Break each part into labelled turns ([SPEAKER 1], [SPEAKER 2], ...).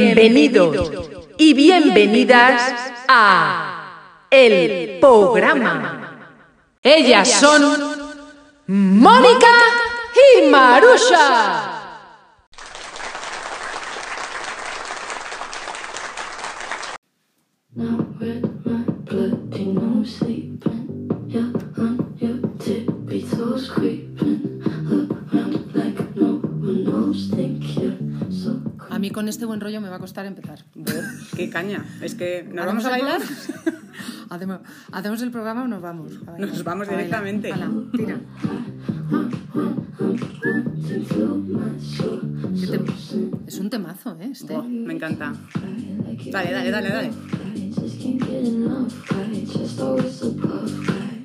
[SPEAKER 1] Bienvenidos y bienvenidas a el programa. Ellas son Mónica y Marusha.
[SPEAKER 2] Now with my bloody nose sleeping, yeah, on your tippy toes creeping around like no one knows. Think you're so cool.
[SPEAKER 3] A mí con este buen rollo me va a costar empezar.
[SPEAKER 4] Joder, qué caña. Es que nos
[SPEAKER 3] ¿Hacemos
[SPEAKER 4] vamos a
[SPEAKER 3] el
[SPEAKER 4] bailar.
[SPEAKER 3] programa? Hacemos, hacemos el programa o nos vamos. a bailar?
[SPEAKER 4] Nos vamos
[SPEAKER 3] A bailar.
[SPEAKER 4] directamente.
[SPEAKER 3] Hala, tira.
[SPEAKER 2] I'm wanting to my soul, so soon.
[SPEAKER 3] Es un temazo, ¿eh? Este.
[SPEAKER 4] Buah, me encanta.
[SPEAKER 2] I like it.
[SPEAKER 4] Dale, dale, dale, dale.
[SPEAKER 2] I just can't get enough. I just always above. I,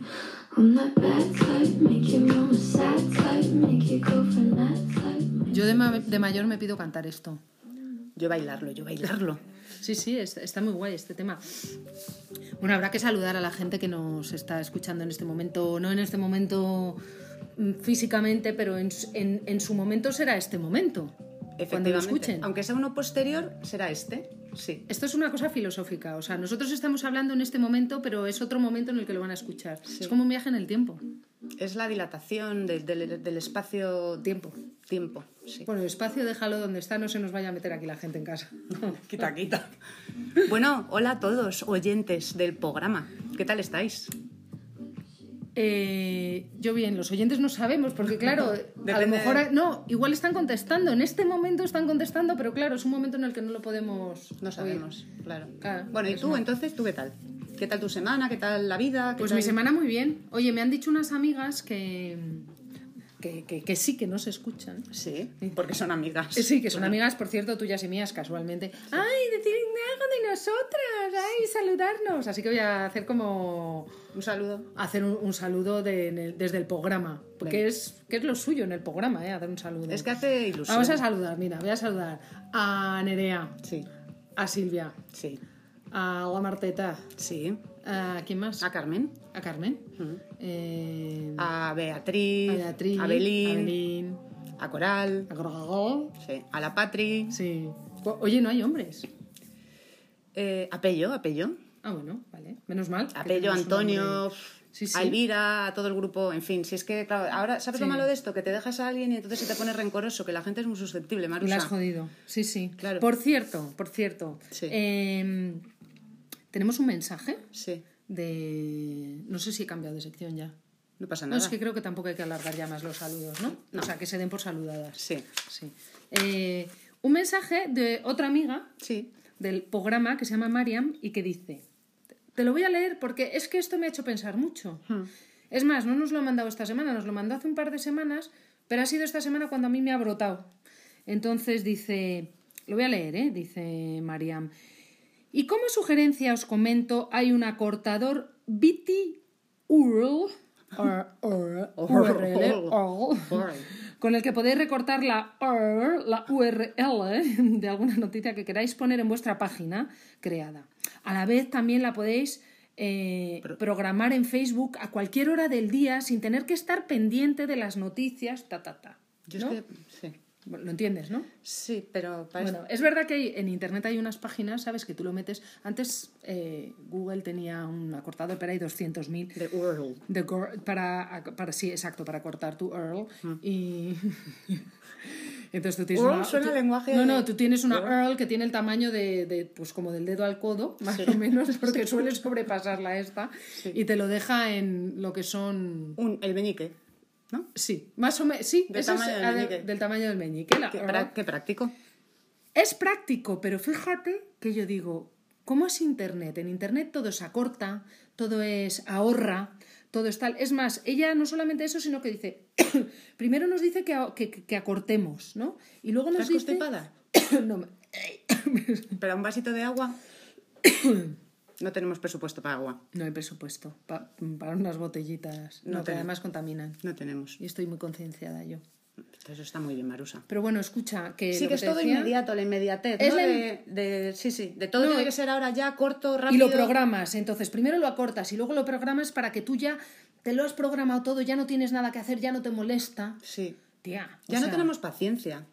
[SPEAKER 2] I'm that bad type, make your mama sad type, make your girlfriend that type.
[SPEAKER 3] Yo de, ma- de mayor me pido cantar esto.
[SPEAKER 4] Yo bailarlo, yo bailarlo.
[SPEAKER 3] Sí, sí, es- está muy guay este tema. Bueno, habrá que saludar a la gente que nos está escuchando en este momento, no en este momento mm, físicamente, pero en, s- en- en su momento será este momento. Cuando
[SPEAKER 4] Efectivamente.
[SPEAKER 3] lo escuchen.
[SPEAKER 4] Aunque sea uno posterior, será este. Sí.
[SPEAKER 3] Esto es una cosa filosófica, o sea, nosotros estamos hablando en este momento, pero es otro momento en el que lo van a escuchar. Es como un viaje en el tiempo.
[SPEAKER 4] Es la dilatación del- del, del espacio-tiempo. Tiempo, sí.
[SPEAKER 3] Bueno, espacio déjalo donde está, no se nos vaya a meter aquí la gente en casa.
[SPEAKER 4] Quita, quita. Bueno, hola a todos, oyentes del programa. ¿Qué tal estáis?
[SPEAKER 3] Eh, yo bien, los oyentes no sabemos, porque claro, a lo
[SPEAKER 4] Depende
[SPEAKER 3] mejor...
[SPEAKER 4] de-
[SPEAKER 3] No, igual están contestando, en este momento están contestando, pero claro, es un momento en el que no lo podemos...
[SPEAKER 4] No
[SPEAKER 3] oír.
[SPEAKER 4] sabemos, claro.
[SPEAKER 3] Claro,
[SPEAKER 4] Bueno, ¿y
[SPEAKER 3] es
[SPEAKER 4] tú
[SPEAKER 3] una-
[SPEAKER 4] entonces? ¿Tú qué tal? ¿Qué tal tu semana? ¿Qué tal la vida? ¿Qué
[SPEAKER 3] Pues
[SPEAKER 4] tal-
[SPEAKER 3] mi semana muy bien. Oye, me han dicho unas amigas que... Que, que- que sí, que no se escuchan.
[SPEAKER 4] Sí, porque son amigas.
[SPEAKER 3] Eh, Sí, que son amigas, por cierto, tuyas y mías, casualmente. ¡Ay, decir algo de nosotras! ¡Ay, saludarnos! Así que voy a hacer como...
[SPEAKER 4] Un saludo.
[SPEAKER 3] hacer un, un saludo de- en el- desde el programa, porque
[SPEAKER 4] Venga.
[SPEAKER 3] es, que es lo suyo en el programa, ¿eh? hacer un saludo.
[SPEAKER 4] Es que hace ilusión.
[SPEAKER 3] Vamos a saludar, mira, voy a saludar a Nerea,
[SPEAKER 4] Sí,
[SPEAKER 3] a Silvia,
[SPEAKER 4] sí,
[SPEAKER 3] a la Marteta,
[SPEAKER 4] sí.
[SPEAKER 3] a ¿quién más?
[SPEAKER 4] A Carmen.
[SPEAKER 3] A Carmen, eh,
[SPEAKER 4] a Beatriz,
[SPEAKER 3] a Beatriz,
[SPEAKER 4] a Belín,
[SPEAKER 3] a Belín,
[SPEAKER 4] a Coral,
[SPEAKER 3] a Gorgagó,
[SPEAKER 4] sí, a la Patri,
[SPEAKER 3] sí. O- Oye, no hay hombres.
[SPEAKER 4] eh, a Pello, a Pello,
[SPEAKER 3] Ah, bueno, vale, menos mal.
[SPEAKER 4] a
[SPEAKER 3] que
[SPEAKER 4] Pello,
[SPEAKER 3] tenemos un
[SPEAKER 4] Antonio,
[SPEAKER 3] hombre. Sí, sí.
[SPEAKER 4] a Elvira, a todo el grupo, en fin, si es que, claro, ahora, ¿sabes lo
[SPEAKER 3] Sí.
[SPEAKER 4] malo de esto? Que te dejas a alguien y entonces se te pone rencoroso, que la gente es muy susceptible,
[SPEAKER 3] La
[SPEAKER 4] Marusa.
[SPEAKER 3] has jodido. Sí, sí.
[SPEAKER 4] Claro.
[SPEAKER 3] Por cierto, por cierto.
[SPEAKER 4] Sí.
[SPEAKER 3] eh, Tenemos un mensaje
[SPEAKER 4] Sí,
[SPEAKER 3] de. No sé si he cambiado de sección ya.
[SPEAKER 4] no pasa
[SPEAKER 3] No,
[SPEAKER 4] nada.
[SPEAKER 3] es que creo que tampoco hay que alargar ya más los saludos, ¿no? O sea, que se den por saludadas.
[SPEAKER 4] Sí,
[SPEAKER 3] Sí. Eh, un mensaje de otra amiga
[SPEAKER 4] sí,
[SPEAKER 3] del programa que se llama Mariam y que dice, te lo voy a leer porque es que esto me ha hecho pensar mucho. Es más, no nos lo ha mandado esta semana, nos lo mandó hace un par de semanas, pero ha sido esta semana cuando a mí me ha brotado. Entonces dice, lo voy a leer, ¿eh? dice Mariam. Y como sugerencia os comento, hay un acortador BT URL, or- or- URL,
[SPEAKER 4] Url.
[SPEAKER 3] con el que podéis recortar la URL, la URL ¿eh? de alguna noticia que queráis poner en vuestra página creada. A la vez también la podéis eh, programar en Facebook a cualquier hora del día sin tener que estar pendiente de las noticias, ta, ta, ta.
[SPEAKER 4] yo
[SPEAKER 3] ¿no?
[SPEAKER 4] es que, sí,
[SPEAKER 3] Lo entiendes, ¿no?
[SPEAKER 4] sí, pero parece...
[SPEAKER 3] Bueno, es verdad que hay- en internet hay unas páginas, ¿sabes? Que tú lo metes. Antes eh, Google tenía un acortado, pero hay 200.000.
[SPEAKER 4] de URL.
[SPEAKER 3] The gor- para, para- sí, exacto, para cortar tu Earl. Y. Entonces tú tienes
[SPEAKER 4] Mm. Earl
[SPEAKER 3] una-
[SPEAKER 4] suena
[SPEAKER 3] tú-
[SPEAKER 4] a lenguaje
[SPEAKER 3] No,
[SPEAKER 4] de-
[SPEAKER 3] no, tú tienes una
[SPEAKER 4] Earl.
[SPEAKER 3] Earl que tiene el tamaño de, de, pues como del dedo al codo, más o menos, porque suele sobrepasarla esta. Y te lo deja en lo que son.
[SPEAKER 4] Un, el meñique, ¿no?
[SPEAKER 3] Sí, más o menos. Sí,
[SPEAKER 4] Del
[SPEAKER 3] esa es-
[SPEAKER 4] tamaño del
[SPEAKER 3] ah, de-
[SPEAKER 4] meñique.
[SPEAKER 3] del tamaño del meñique. la
[SPEAKER 4] Qué,
[SPEAKER 3] Earl.
[SPEAKER 4] pra- qué práctico.
[SPEAKER 3] Es práctico, pero fíjate que yo digo, ¿cómo es Internet? En Internet todo se acorta, todo es ahorra, todo es tal. Es más, ella no solamente eso, sino que dice, primero nos dice que, a- que- que acortemos, ¿no? Y luego nos
[SPEAKER 4] ¿Estás
[SPEAKER 3] dice...
[SPEAKER 4] constipada?
[SPEAKER 3] No, me-
[SPEAKER 4] Pero un vasito de agua. No tenemos presupuesto para agua.
[SPEAKER 3] no hay presupuesto pa- para unas botellitas,
[SPEAKER 4] No
[SPEAKER 3] no, que
[SPEAKER 4] tenemos.
[SPEAKER 3] además contaminan.
[SPEAKER 4] No tenemos.
[SPEAKER 3] Y estoy muy concienciada yo.
[SPEAKER 4] Eso está muy bien, Marusa.
[SPEAKER 3] Pero bueno, escucha, que...
[SPEAKER 4] Sí,
[SPEAKER 3] lo
[SPEAKER 4] que es
[SPEAKER 3] te
[SPEAKER 4] todo
[SPEAKER 3] decía-
[SPEAKER 4] inmediato, la inmediatez.
[SPEAKER 3] Es
[SPEAKER 4] ¿no?
[SPEAKER 3] la-
[SPEAKER 4] De, de- sí, sí, de todo
[SPEAKER 3] No,
[SPEAKER 4] tiene
[SPEAKER 3] y-
[SPEAKER 4] que ser ahora ya, corto, rápido.
[SPEAKER 3] Y lo programas. Entonces, primero lo acortas y luego lo programas para que tú ya te lo has programado todo, ya no tienes nada que hacer, ya no te molesta.
[SPEAKER 4] Sí.
[SPEAKER 3] Tía. o
[SPEAKER 4] Ya no
[SPEAKER 3] sea,
[SPEAKER 4] tenemos paciencia.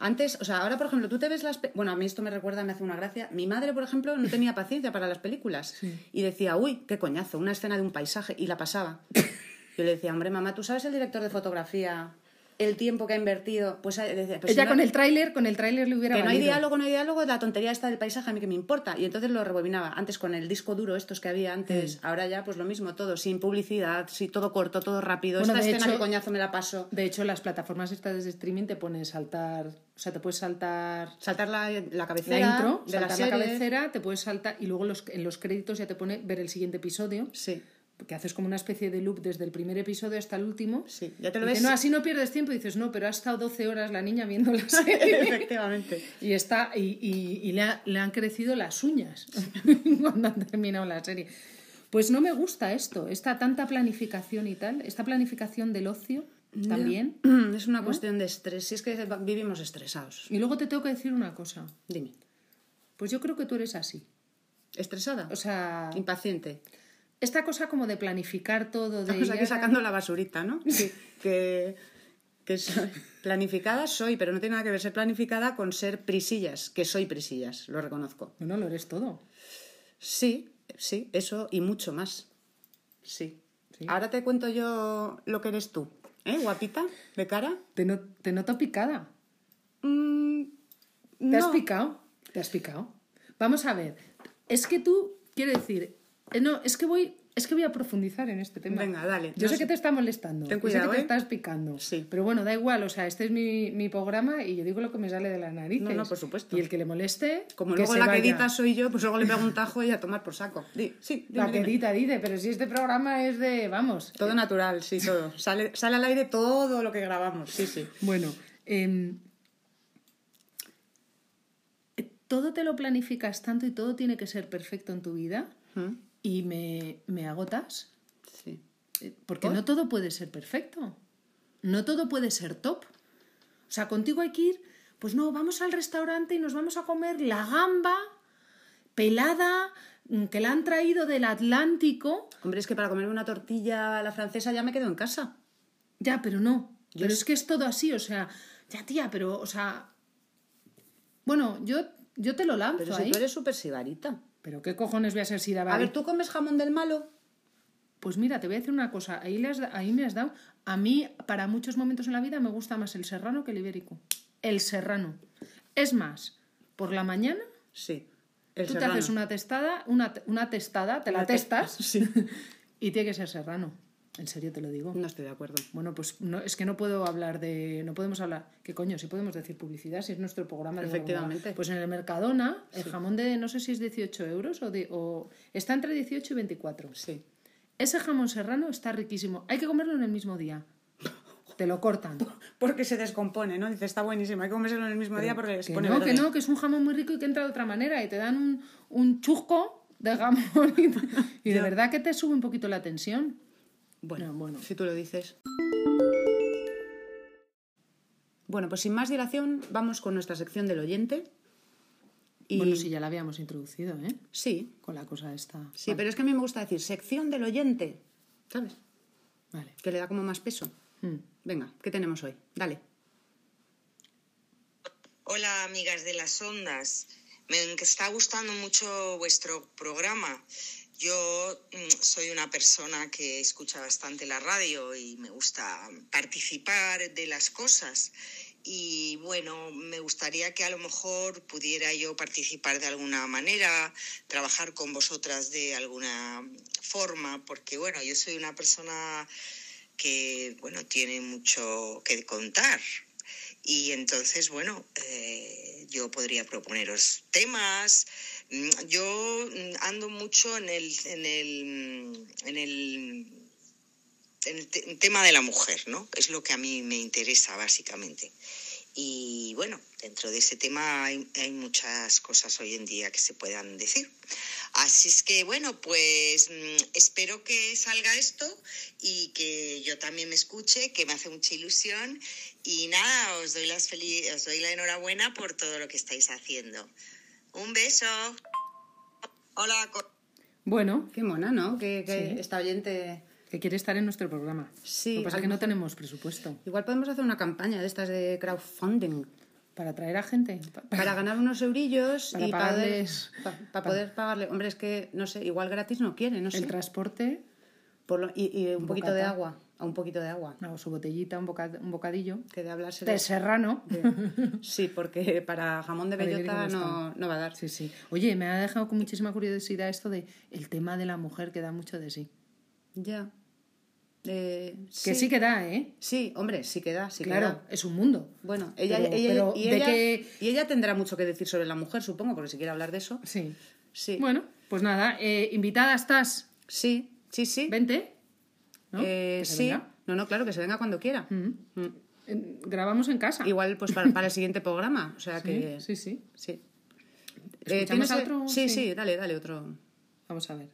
[SPEAKER 4] Antes, o sea, ahora, por ejemplo, tú te ves las... pe- Bueno, a mí esto me recuerda, me hace una gracia. Mi madre, por ejemplo, no tenía paciencia para las películas. Y decía, uy, qué coñazo, una escena de un paisaje. Y la pasaba. Yo le decía, hombre, mamá, ¿tú sabes el director de fotografía? El tiempo que ha invertido. Pues eh, decía, "Pues si
[SPEAKER 3] Ella
[SPEAKER 4] no-
[SPEAKER 3] con el tráiler, con el tráiler le hubiera
[SPEAKER 4] que no hay
[SPEAKER 3] valido.
[SPEAKER 4] diálogo, no hay diálogo, la tontería esta del paisaje a mí que me importa. Y entonces lo rebobinaba. Antes con el disco duro, estos que había antes,
[SPEAKER 3] Mm.
[SPEAKER 4] ahora ya pues lo mismo, todo, sin publicidad, sí, todo corto, todo rápido.
[SPEAKER 3] Bueno,
[SPEAKER 4] Esta
[SPEAKER 3] de
[SPEAKER 4] escena
[SPEAKER 3] hecho-
[SPEAKER 4] que coñazo me la paso.
[SPEAKER 3] De hecho, las plataformas estas de streaming te ponen saltar, o sea, te puedes saltar
[SPEAKER 4] Saltar la, la
[SPEAKER 3] la
[SPEAKER 4] cabecera
[SPEAKER 3] intro,
[SPEAKER 4] de la
[SPEAKER 3] saltar la,
[SPEAKER 4] serie.
[SPEAKER 3] cabecera, te puedes saltar y luego los- en los créditos ya te pone ver el siguiente episodio,
[SPEAKER 4] Sí,
[SPEAKER 3] que haces como una especie de loop desde el primer episodio hasta el último.
[SPEAKER 4] sí, ya te lo
[SPEAKER 3] Dice,
[SPEAKER 4] ves.
[SPEAKER 3] no, así no pierdes tiempo. Y dices, no, pero ha estado 12 horas la niña viendo la serie.
[SPEAKER 4] Efectivamente.
[SPEAKER 3] Y, está, y, y- y le, ha- le han crecido las uñas cuando han terminado la serie. Pues no me gusta esto, esta tanta planificación y tal, esta planificación del ocio también.
[SPEAKER 4] Es una cuestión de estrés. Si es que vivimos estresados.
[SPEAKER 3] Y luego te tengo que decir una cosa,
[SPEAKER 4] Dime.
[SPEAKER 3] pues yo creo que tú eres así.
[SPEAKER 4] ¿Estresada?
[SPEAKER 3] O sea,
[SPEAKER 4] Impaciente.
[SPEAKER 3] esta cosa como de planificar todo, de...
[SPEAKER 4] Estamos aquí
[SPEAKER 3] ya-
[SPEAKER 4] sacando la basurita, ¿no? Sí. que, que soy- planificada soy, pero no tiene nada que ver ser planificada con ser prisillas, que soy prisillas, lo reconozco.
[SPEAKER 3] Bueno, lo eres todo.
[SPEAKER 4] Sí, sí, eso y mucho más. Sí.
[SPEAKER 3] Sí.
[SPEAKER 4] Ahora te cuento yo lo que eres tú, ¿eh? Guapita, de cara.
[SPEAKER 3] Te, no- te noto picada.
[SPEAKER 4] Mm,
[SPEAKER 3] Te has
[SPEAKER 4] no.
[SPEAKER 3] picado, te has picado. Vamos a ver, es que tú, quiero decir, eh, no, es que voy, es que voy a profundizar en este tema.
[SPEAKER 4] Venga, dale.
[SPEAKER 3] Yo
[SPEAKER 4] No
[SPEAKER 3] sé
[SPEAKER 4] sé.
[SPEAKER 3] que te está molestando,
[SPEAKER 4] Ten
[SPEAKER 3] yo sé
[SPEAKER 4] cuidado,
[SPEAKER 3] que te
[SPEAKER 4] ¿eh?
[SPEAKER 3] estás picando,
[SPEAKER 4] Sí.
[SPEAKER 3] pero bueno, da igual, o sea, este es mi, mi programa y yo digo lo que me sale de las narices.
[SPEAKER 4] No, no, por supuesto.
[SPEAKER 3] Y el que le moleste,
[SPEAKER 4] Como
[SPEAKER 3] que
[SPEAKER 4] luego
[SPEAKER 3] se
[SPEAKER 4] la
[SPEAKER 3] vaya.
[SPEAKER 4] que edita soy yo, pues luego le pego un tajo y a tomar por saco. Di- sí, dime,
[SPEAKER 3] La que
[SPEAKER 4] dime.
[SPEAKER 3] edita, dice, pero si este programa es de, vamos,
[SPEAKER 4] Todo natural, sí, todo. Sale, sale al aire todo lo que grabamos, sí, sí.
[SPEAKER 3] Bueno, em, todo te lo planificas tanto y todo tiene que ser perfecto en tu vida
[SPEAKER 4] Ujú,
[SPEAKER 3] y me, me agotas
[SPEAKER 4] Sí.
[SPEAKER 3] eh, porque no todo puede ser perfecto. No todo puede ser top. O sea, contigo hay que ir, pues no, vamos al restaurante y nos vamos a comer la gamba pelada mm, que la han traído del Atlántico.
[SPEAKER 4] Hombre, es que para comerme una tortilla a la francesa ya me quedo en casa.
[SPEAKER 3] Ya, pero no.
[SPEAKER 4] Yo
[SPEAKER 3] pero
[SPEAKER 4] es-
[SPEAKER 3] es que es todo así, o sea, ya tía, pero, o sea, bueno, yo, yo te lo lanzo
[SPEAKER 4] Pero si
[SPEAKER 3] ahí.
[SPEAKER 4] tú eres súper sibarita.
[SPEAKER 3] Pero qué cojones voy a ser si daba.
[SPEAKER 4] A ver, ¿tú comes jamón del malo?
[SPEAKER 3] Pues mira, te voy a decir una cosa, ahí, le has da- ahí me has dado, a mí para muchos momentos en la vida me gusta más el serrano que el ibérico. El serrano. Es más, por la mañana
[SPEAKER 4] Sí. El
[SPEAKER 3] tú
[SPEAKER 4] serrano.
[SPEAKER 3] te haces una testada, una, te- una testada, te la,
[SPEAKER 4] Una te-
[SPEAKER 3] testas
[SPEAKER 4] sí.
[SPEAKER 3] y tiene que ser serrano. En serio te lo digo.
[SPEAKER 4] No estoy de acuerdo.
[SPEAKER 3] Bueno, pues no, es que no puedo hablar de. No podemos hablar. ¿Qué coño? Si podemos decir publicidad, si es nuestro programa de
[SPEAKER 4] Efectivamente.
[SPEAKER 3] Pues en el Mercadona, el jamón de. No sé si es 18 euros o, de- o- Está entre 18 y 24.
[SPEAKER 4] Sí.
[SPEAKER 3] Ese jamón serrano está riquísimo. Hay que comerlo en el mismo día. Te lo cortan.
[SPEAKER 4] Porque se descompone, ¿no? Dice, está buenísimo, hay que comérselo en el mismo día porque se
[SPEAKER 3] Que
[SPEAKER 4] pone
[SPEAKER 3] no,
[SPEAKER 4] verde.
[SPEAKER 3] que no, que es un jamón muy rico y que entra de otra manera. Y te dan un, un chusco de jamón. Y, te- y de
[SPEAKER 4] Ya.
[SPEAKER 3] verdad que te sube un poquito la tensión.
[SPEAKER 4] Bueno,
[SPEAKER 3] No, bueno.
[SPEAKER 4] si tú lo dices. Bueno, pues sin más dilación, vamos con nuestra sección del oyente. Y...
[SPEAKER 3] Bueno, si ya la habíamos introducido, ¿eh?
[SPEAKER 4] Sí,
[SPEAKER 3] Con la cosa esta.
[SPEAKER 4] sí, pero es que a mí me gusta decir sección del oyente, ¿sabes?
[SPEAKER 3] Vale.
[SPEAKER 4] Que le da como más peso.
[SPEAKER 3] Mm.
[SPEAKER 4] Venga, ¿qué tenemos hoy? Dale.
[SPEAKER 5] Hola, amigas de las ondas. Me está gustando mucho vuestro programa. Yo mm, soy una persona que escucha bastante la radio y me gusta participar de las cosas. Y bueno, me gustaría que a lo mejor pudiera yo participar de alguna manera, trabajar con vosotras de alguna forma, porque bueno, yo soy una persona que bueno tiene mucho que contar y entonces bueno eh, yo podría proponeros temas Mm, yo mm, ando mucho en el en el mm, en el en el te- tema de la mujer no es lo que a mí me interesa básicamente y bueno, dentro de ese tema hay, hay muchas cosas hoy en día que se puedan decir. Así es que bueno, pues mm, espero que salga esto y que yo también me escuche, que me hace mucha ilusión. Y nada, os doy, las feli- os doy la enhorabuena por todo lo que estáis haciendo. Un beso. Hola. co-
[SPEAKER 3] Bueno,
[SPEAKER 4] Qué mona, ¿no? Que, que
[SPEAKER 3] Sí.
[SPEAKER 4] esta oyente.
[SPEAKER 3] que quiere estar en nuestro programa.
[SPEAKER 4] Sí,
[SPEAKER 3] Lo que pasa es
[SPEAKER 4] a
[SPEAKER 3] que
[SPEAKER 4] lo
[SPEAKER 3] no tenemos presupuesto.
[SPEAKER 4] Igual podemos hacer una campaña de estas de crowdfunding.
[SPEAKER 3] Para traer a gente. pa- pa-
[SPEAKER 4] Para ganar unos eurillos
[SPEAKER 3] Para
[SPEAKER 4] y
[SPEAKER 3] pagarles-
[SPEAKER 4] para, poder pagarle. Hombre, es que, no sé, igual gratis no quiere, no sé.
[SPEAKER 3] el transporte,
[SPEAKER 4] Por lo- y, y un poquito de
[SPEAKER 3] bocata.
[SPEAKER 4] agua, a un poquito de agua.
[SPEAKER 3] no, su botellita, un, boca- un bocadillo.
[SPEAKER 4] Que de hablarse
[SPEAKER 3] De serrano.
[SPEAKER 4] Sí, porque para jamón de
[SPEAKER 3] Para vivir
[SPEAKER 4] bellota
[SPEAKER 3] como
[SPEAKER 4] no,
[SPEAKER 3] está.
[SPEAKER 4] no va a dar.
[SPEAKER 3] Sí, sí. Oye, me ha dejado con muchísima curiosidad esto de el tema de la mujer que da mucho de sí.
[SPEAKER 4] Ya. Eh,
[SPEAKER 3] Que sí que da, ¿eh?
[SPEAKER 4] Sí, hombre, sí que da, sí que
[SPEAKER 3] claro,
[SPEAKER 4] da.
[SPEAKER 3] es un mundo.
[SPEAKER 4] Bueno, ella,
[SPEAKER 3] Pero-
[SPEAKER 4] ella-
[SPEAKER 3] pero
[SPEAKER 4] y,
[SPEAKER 3] de
[SPEAKER 4] ella
[SPEAKER 3] que-
[SPEAKER 4] y ella tendrá mucho que decir sobre la mujer, supongo, porque si quiere hablar de eso.
[SPEAKER 3] Sí.
[SPEAKER 4] Sí,
[SPEAKER 3] Bueno, pues nada, eh, invitada estás.
[SPEAKER 4] sí, sí, sí.
[SPEAKER 3] Vente. ¿no?
[SPEAKER 4] Eh,
[SPEAKER 3] Que se
[SPEAKER 4] sí.
[SPEAKER 3] venga.
[SPEAKER 4] No, no, claro, que se venga Mm. cuando quiera.
[SPEAKER 3] Eh, Grabamos en casa.
[SPEAKER 4] Igual, pues para, para el siguiente programa. O sea que.
[SPEAKER 3] Sí, sí.
[SPEAKER 4] sí. Eh,
[SPEAKER 3] ¿Escuchamos
[SPEAKER 4] ¿tienes-
[SPEAKER 3] a otro?
[SPEAKER 4] Sí,
[SPEAKER 3] Sí.
[SPEAKER 4] sí, dale, dale otro.
[SPEAKER 3] Vamos a ver.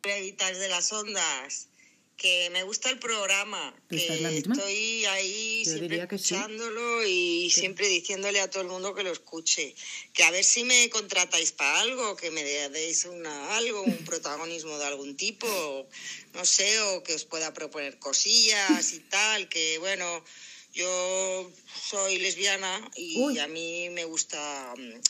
[SPEAKER 5] Estrellitas de las ondas, que me gusta el programa,
[SPEAKER 3] ¿Pero esta
[SPEAKER 5] que
[SPEAKER 3] es la misma?
[SPEAKER 5] estoy ahí
[SPEAKER 4] Yo
[SPEAKER 5] siempre
[SPEAKER 4] diría que sí.
[SPEAKER 5] escuchándolo y siempre diciéndole a todo el mundo que lo escuche, que a ver si me contratáis para algo, que me deis una algo, un protagonismo de algún tipo, o no sé, o que os pueda proponer cosillas y tal, que bueno, yo soy lesbiana y
[SPEAKER 4] Uy.
[SPEAKER 5] a mí me gusta mm,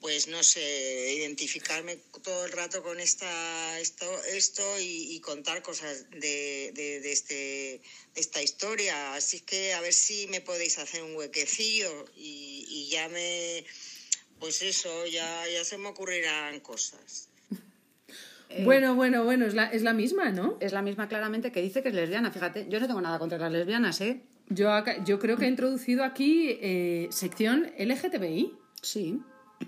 [SPEAKER 5] pues no sé, identificarme todo el rato con esta, esto, esto y, y contar cosas de, de- de este, de esta historia. Así que a ver si me podéis hacer un huequecillo y, y ya me, pues eso, ya, ya se me ocurrirán cosas.
[SPEAKER 4] Eh,
[SPEAKER 3] Bueno, bueno, bueno, es la, es la misma, ¿no?
[SPEAKER 4] Es la misma claramente que dice que es lesbiana. Fíjate, yo no tengo nada contra las lesbianas, ¿eh?
[SPEAKER 3] Yo, acá- yo creo que he introducido aquí eh, sección LGTBI.
[SPEAKER 4] Sí.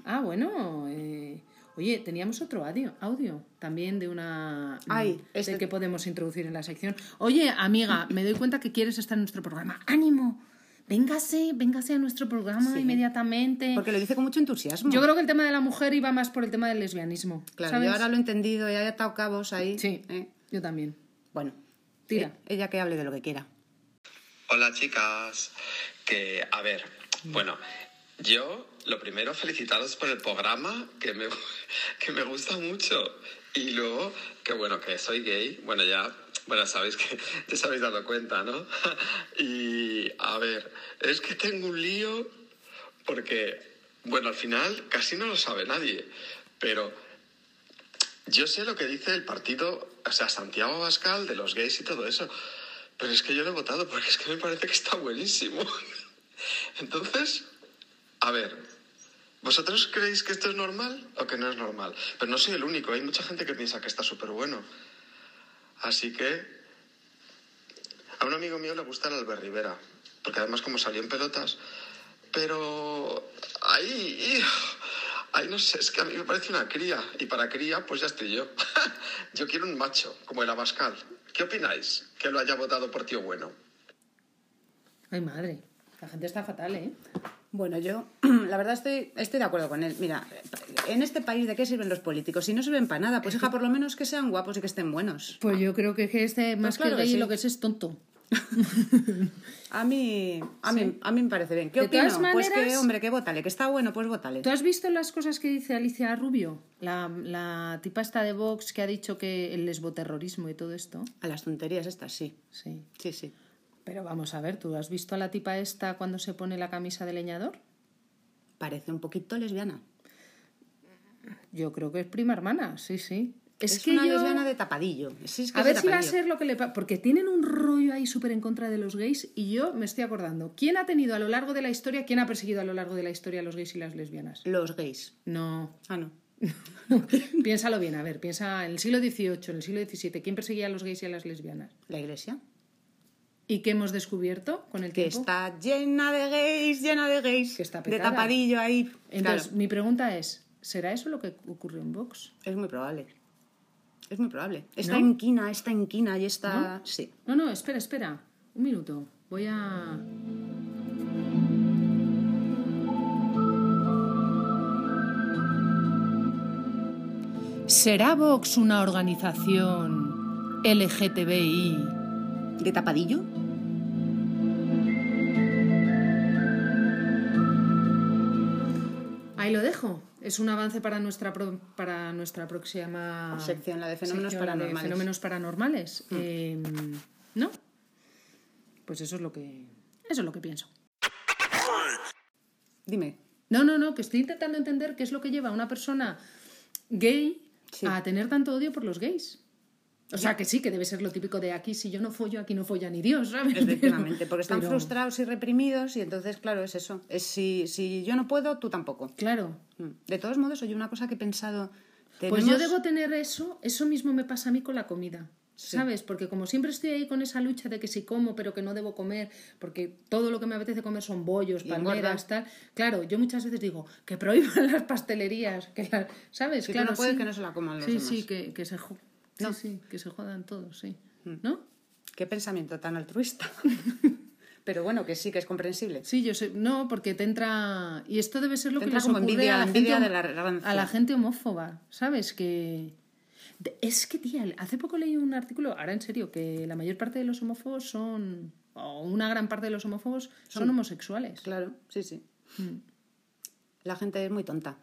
[SPEAKER 3] Ah, bueno. eh, oye, teníamos otro audio, audio también de una... mm,
[SPEAKER 4] Ay,
[SPEAKER 3] del
[SPEAKER 4] este-
[SPEAKER 3] que podemos introducir en la sección. Oye, amiga, me doy cuenta que quieres estar en nuestro programa. ¡Ánimo! Véngase, véngase a nuestro programa
[SPEAKER 4] Sí.
[SPEAKER 3] inmediatamente.
[SPEAKER 4] Porque lo dice con mucho entusiasmo.
[SPEAKER 3] Yo creo que el tema de la mujer iba más por el tema del lesbianismo.
[SPEAKER 4] Claro,
[SPEAKER 3] ¿sabes?
[SPEAKER 4] yo ahora lo he entendido, ya he atado cabos ahí.
[SPEAKER 3] Sí,
[SPEAKER 4] ¿eh?
[SPEAKER 3] yo también.
[SPEAKER 4] Bueno,
[SPEAKER 3] Tira.
[SPEAKER 4] eh, ella que hable de lo que quiera.
[SPEAKER 6] Hola chicas, que a ver, bueno, yo lo primero felicitaros por el programa que me, que me gusta mucho y luego que bueno, que soy gay, bueno ya, bueno sabéis que ya os habéis dado cuenta, ¿no? Y a ver, es que tengo un lío porque, bueno, al final casi no lo sabe nadie, pero yo sé lo que dice el partido, o sea, Santiago Abascal de los gays y todo eso, pero es que yo lo he votado porque es que me parece que está buenísimo. Entonces, a ver, ¿vosotros creéis que esto es normal o que no es normal? Pero no soy el único, hay mucha gente que piensa que está súper bueno. Así que, a un amigo mío le gusta el Albert Rivera, porque además como salió en pelotas, pero ahí, ahí no sé, es que a mí me parece una cría, y para cría pues ya estoy yo. yo quiero un macho, como el Abascal. ¿Qué opináis? Que lo haya votado por tío bueno.
[SPEAKER 4] Eh.
[SPEAKER 3] Ay, madre. La gente está fatal, ¿eh?
[SPEAKER 4] Bueno, yo la verdad estoy, estoy de acuerdo con él. Mira, en este país de qué sirven los políticos? Si no sirven para nada, pues hija, por lo menos que sean guapos y que estén buenos.
[SPEAKER 3] Pues yo creo que este más
[SPEAKER 4] claro
[SPEAKER 3] que
[SPEAKER 4] que
[SPEAKER 3] gay
[SPEAKER 4] sí.
[SPEAKER 3] lo que es es tonto.
[SPEAKER 4] A mí, a mí, a mí me parece bien. ¿Qué
[SPEAKER 3] De
[SPEAKER 4] opino?
[SPEAKER 3] todas
[SPEAKER 4] Pues que,
[SPEAKER 3] maneras-
[SPEAKER 4] hombre, que vótale, que está bueno, pues vótale.
[SPEAKER 3] ¿Tú has visto las cosas que dice Alicia Rubio? La, la tipa esta de Vox que ha dicho que el lesboterrorismo y todo esto.
[SPEAKER 4] A las tonterías estas, sí.
[SPEAKER 3] Sí.
[SPEAKER 4] Sí, sí.
[SPEAKER 3] Pero vamos a ver, ¿tú has visto a la tipa esta cuando se pone la camisa de leñador?
[SPEAKER 4] Parece un poquito lesbiana.
[SPEAKER 3] Yo creo que es prima hermana, sí, sí. Es,
[SPEAKER 4] Es,
[SPEAKER 3] que
[SPEAKER 4] una
[SPEAKER 3] yo-
[SPEAKER 4] lesbiana de tapadillo. Sí, es que
[SPEAKER 3] A
[SPEAKER 4] es de
[SPEAKER 3] ver si va a
[SPEAKER 4] tapadillo.
[SPEAKER 3] ser lo que le pasa. Porque tienen un rollo ahí súper en contra de los gays y yo me estoy acordando. ¿Quién ha tenido a lo largo de la historia, quién ha perseguido a lo largo de la historia a los gays y las lesbianas?
[SPEAKER 4] Los gays.
[SPEAKER 3] No.
[SPEAKER 4] Ah, no.
[SPEAKER 3] Piénsalo bien, a ver, piensa en el siglo XVIII, en el siglo XVII, ¿quién perseguía a los gays y a las lesbianas?
[SPEAKER 4] La iglesia.
[SPEAKER 3] ¿Y qué hemos descubierto con el
[SPEAKER 4] Que
[SPEAKER 3] tiempo?
[SPEAKER 4] está llena de gays, llena de gays.
[SPEAKER 3] Que está
[SPEAKER 4] de
[SPEAKER 3] petada.
[SPEAKER 4] tapadillo ahí.
[SPEAKER 3] Entonces,
[SPEAKER 4] Claro,
[SPEAKER 3] mi pregunta es, ¿será eso lo que ocurrió en Vox?
[SPEAKER 4] es muy probable. Es muy probable. Está
[SPEAKER 3] ¿No?
[SPEAKER 4] inquina, está inquina y está... Sí.
[SPEAKER 3] No, no, espera, espera. Un minuto. Voy a. ¿Será Vox una organización LGTBI?
[SPEAKER 4] ¿De tapadillo?
[SPEAKER 3] Ahí lo dejo. Es un avance para nuestra, pro- para nuestra próxima
[SPEAKER 4] Sección, la de fenómenos
[SPEAKER 3] sección, la de
[SPEAKER 4] paranormales. Mm.
[SPEAKER 3] fenómenos paranormales. Eh, ¿No? Pues eso es lo que. Eso es lo que pienso.
[SPEAKER 4] Dime.
[SPEAKER 3] No, no, no, que estoy intentando entender qué es lo que lleva a una persona gay
[SPEAKER 4] Sí.
[SPEAKER 3] a tener tanto odio por los gays. O sea, que sí, que debe ser lo típico de aquí, si yo no follo, aquí no folla ni Dios, ¿sabes?
[SPEAKER 4] Efectivamente,
[SPEAKER 3] Pero-
[SPEAKER 4] porque están
[SPEAKER 3] pero-
[SPEAKER 4] frustrados y reprimidos y entonces, claro, es eso. Es si, si yo no puedo, tú tampoco.
[SPEAKER 3] Claro.
[SPEAKER 4] Mm. De todos modos, oye, una cosa que he pensado...
[SPEAKER 3] Pues yo
[SPEAKER 4] tenemos-
[SPEAKER 3] debo tener eso, eso mismo me pasa a mí con la comida.
[SPEAKER 4] Sí.
[SPEAKER 3] ¿Sabes? Porque como siempre estoy ahí con esa lucha de que si como pero que no debo comer, porque todo lo que me apetece comer son bollos,
[SPEAKER 4] Y engorda.
[SPEAKER 3] palmeras, tal. Claro, yo muchas veces digo que prohíban las pastelerías, que las- ¿sabes?
[SPEAKER 4] Si tú
[SPEAKER 3] claro,
[SPEAKER 4] no puedes,
[SPEAKER 3] sí.
[SPEAKER 4] que no se la coman los
[SPEAKER 3] Sí,
[SPEAKER 4] demás.
[SPEAKER 3] sí, que, que se jo- sí,
[SPEAKER 4] No. Mm.
[SPEAKER 3] sí, que se jodan todos, sí. ¿No?
[SPEAKER 4] Qué pensamiento tan altruista. Pero bueno, que sí, que es comprensible.
[SPEAKER 3] Sí, yo sé, no, porque te entra y esto debe ser lo que
[SPEAKER 4] Te entra
[SPEAKER 3] les
[SPEAKER 4] como
[SPEAKER 3] ocurre
[SPEAKER 4] envidia,
[SPEAKER 3] a la
[SPEAKER 4] envidia
[SPEAKER 3] gente
[SPEAKER 4] de la rancia.
[SPEAKER 3] a la gente homófoba, ¿sabes? Que de- es que tía, hace poco leí un artículo, ahora en serio, que la mayor parte de los homófobos son o una gran parte de los homófobos son, homosexuales.
[SPEAKER 4] Claro, sí, sí.
[SPEAKER 3] Mm.
[SPEAKER 4] La gente es muy tonta.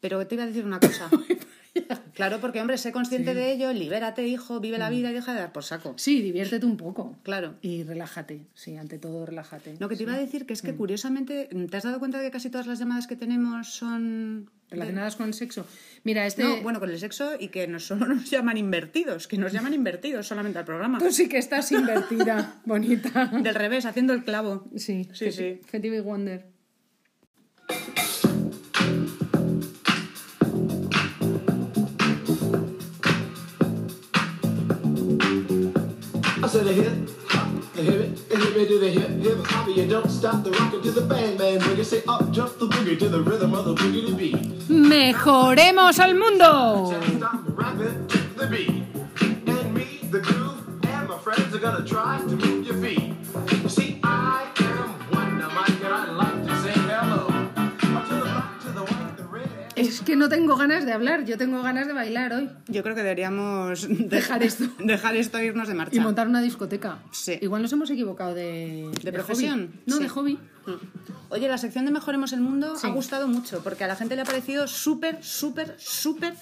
[SPEAKER 4] Pero te iba a decir una cosa. claro, porque hombre, sé consciente de ello, libérate, hijo, vive la vida y deja de dar por saco.
[SPEAKER 3] Mm. Sí, diviértete un poco.
[SPEAKER 4] Claro.
[SPEAKER 3] Y relájate, sí, ante todo relájate.
[SPEAKER 4] Lo que te iba a decir que es que curiosamente, mm, ¿te has dado cuenta de que casi todas las llamadas que tenemos son de-
[SPEAKER 3] Relacionadas con el sexo. Mira, este
[SPEAKER 4] No, bueno, con el sexo y que no solo nos llaman invertidos, que nos llaman invertidos solamente al programa.
[SPEAKER 3] tú sí que estás invertida, bonita.
[SPEAKER 4] Del revés, haciendo el clavo.
[SPEAKER 3] Sí,
[SPEAKER 4] Sí, sí.
[SPEAKER 3] Fetty Wonder.
[SPEAKER 7] I said a hip hop, the hip it, hip it to the hip hip hop. You don't stop the rocket to the bang bang boogie. Say up jump the boogie to the rhythm of the boogie to beat.
[SPEAKER 3] ¡Mejoremos al mundo!
[SPEAKER 7] Just stop rapping to the beat. And me, the groove, and my friends are gonna try to move your feet. You see, I am Wonder Mike, and I like to say hello. Up to the black, to the white, the red, and
[SPEAKER 3] Es que no tengo ganas de hablar, yo tengo ganas de bailar hoy.
[SPEAKER 4] Yo creo que deberíamos
[SPEAKER 3] Dejar esto.
[SPEAKER 4] dejar esto e irnos de marcha.
[SPEAKER 3] Y montar una discoteca.
[SPEAKER 4] Sí.
[SPEAKER 3] Igual nos hemos equivocado de...
[SPEAKER 4] ¿De profesión?
[SPEAKER 3] hobby. No,
[SPEAKER 4] Sí.
[SPEAKER 3] de hobby.
[SPEAKER 4] Oye, la sección de Mejoremos el Mundo
[SPEAKER 3] Sí.
[SPEAKER 4] ha gustado mucho porque a la gente le ha parecido súper, súper, súper,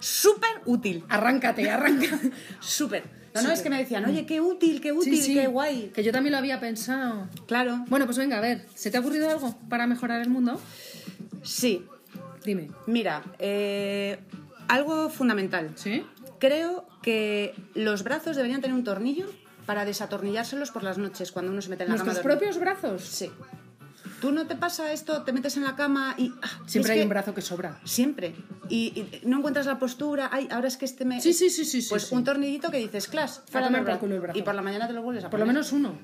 [SPEAKER 4] súper útil.
[SPEAKER 3] Arráncate, arranca.
[SPEAKER 4] Súper. No, no, es que me decían, oye, qué útil, qué útil,
[SPEAKER 3] Sí, sí.
[SPEAKER 4] qué guay.
[SPEAKER 3] Que yo también lo había pensado.
[SPEAKER 4] Claro.
[SPEAKER 3] Bueno, pues venga, a ver, ¿se te ha ocurrido algo para mejorar el mundo?
[SPEAKER 4] Sí,
[SPEAKER 3] Dime.
[SPEAKER 4] mira, eh, algo fundamental.
[SPEAKER 3] ¿Sí?
[SPEAKER 4] Creo que los brazos deberían tener un tornillo para desatornillárselos por las noches cuando uno se mete en la
[SPEAKER 3] ¿Nuestros
[SPEAKER 4] cama. a dormir.
[SPEAKER 3] propios brazos?
[SPEAKER 4] Sí. ¿Tú no te pasa esto? Te metes en la cama y... ah,
[SPEAKER 3] Siempre
[SPEAKER 4] es
[SPEAKER 3] hay
[SPEAKER 4] que-
[SPEAKER 3] un brazo que sobra.
[SPEAKER 4] Siempre. Y, y no encuentras la postura. Ay, ahora es que este me...
[SPEAKER 3] Sí, sí, sí, sí. sí,
[SPEAKER 4] Pues
[SPEAKER 3] sí.
[SPEAKER 4] un tornillito que dices, clash,
[SPEAKER 3] tomar
[SPEAKER 4] del
[SPEAKER 3] por culo el brazo.
[SPEAKER 4] Y por la mañana te lo vuelves a
[SPEAKER 3] Por lo
[SPEAKER 4] poner.
[SPEAKER 3] menos uno.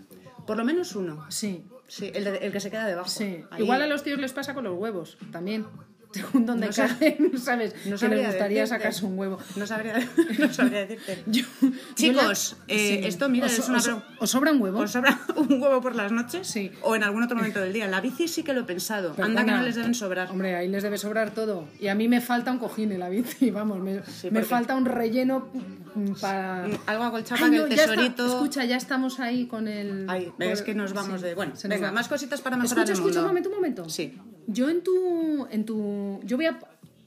[SPEAKER 4] Por lo menos uno.
[SPEAKER 3] Sí.
[SPEAKER 4] Sí, el, de- el que se queda debajo.
[SPEAKER 3] Sí,
[SPEAKER 4] Ahí-
[SPEAKER 3] igual a los tíos les pasa con los huevos también. Según donde
[SPEAKER 4] No sab-
[SPEAKER 3] caen, ¿sabes?
[SPEAKER 4] No
[SPEAKER 3] que les
[SPEAKER 4] sabría
[SPEAKER 3] gustaría
[SPEAKER 4] decirte.
[SPEAKER 3] sacarse un huevo.
[SPEAKER 4] No sabría, no sabría decirte.
[SPEAKER 3] Yo-
[SPEAKER 4] Chicos,
[SPEAKER 3] yo la-
[SPEAKER 4] eh,
[SPEAKER 3] sí.
[SPEAKER 4] esto, mira,
[SPEAKER 3] ¿Os-
[SPEAKER 4] es una...
[SPEAKER 3] os-
[SPEAKER 4] pro-
[SPEAKER 3] ¿Os sobran huevos?
[SPEAKER 4] ¿Os sobra un huevo por las noches?
[SPEAKER 3] Sí.
[SPEAKER 4] O en algún otro momento del día. En la bici sí que lo he pensado.
[SPEAKER 3] Perdona.
[SPEAKER 4] Anda que no les deben sobrar.
[SPEAKER 3] Hombre, ahí les debe sobrar todo. Y a mí me falta un cojín en la bici, vamos, me, me
[SPEAKER 4] porque-
[SPEAKER 3] falta un relleno mm, para...
[SPEAKER 4] Algo acolchado
[SPEAKER 3] Ay,
[SPEAKER 4] que
[SPEAKER 3] no,
[SPEAKER 4] el
[SPEAKER 3] ya está.
[SPEAKER 4] tesorito...
[SPEAKER 3] Escucha, ya estamos ahí con el...
[SPEAKER 4] Ay,
[SPEAKER 3] con-
[SPEAKER 4] es que nos vamos
[SPEAKER 3] sí,
[SPEAKER 4] de... Bueno,
[SPEAKER 3] se nos
[SPEAKER 4] venga,
[SPEAKER 3] va.
[SPEAKER 4] más cositas para mejorar
[SPEAKER 3] Escucha,
[SPEAKER 4] el
[SPEAKER 3] escucha, un
[SPEAKER 4] mundo.
[SPEAKER 3] momento, un momento.
[SPEAKER 4] Sí.
[SPEAKER 3] Yo en tu... En tu yo voy a...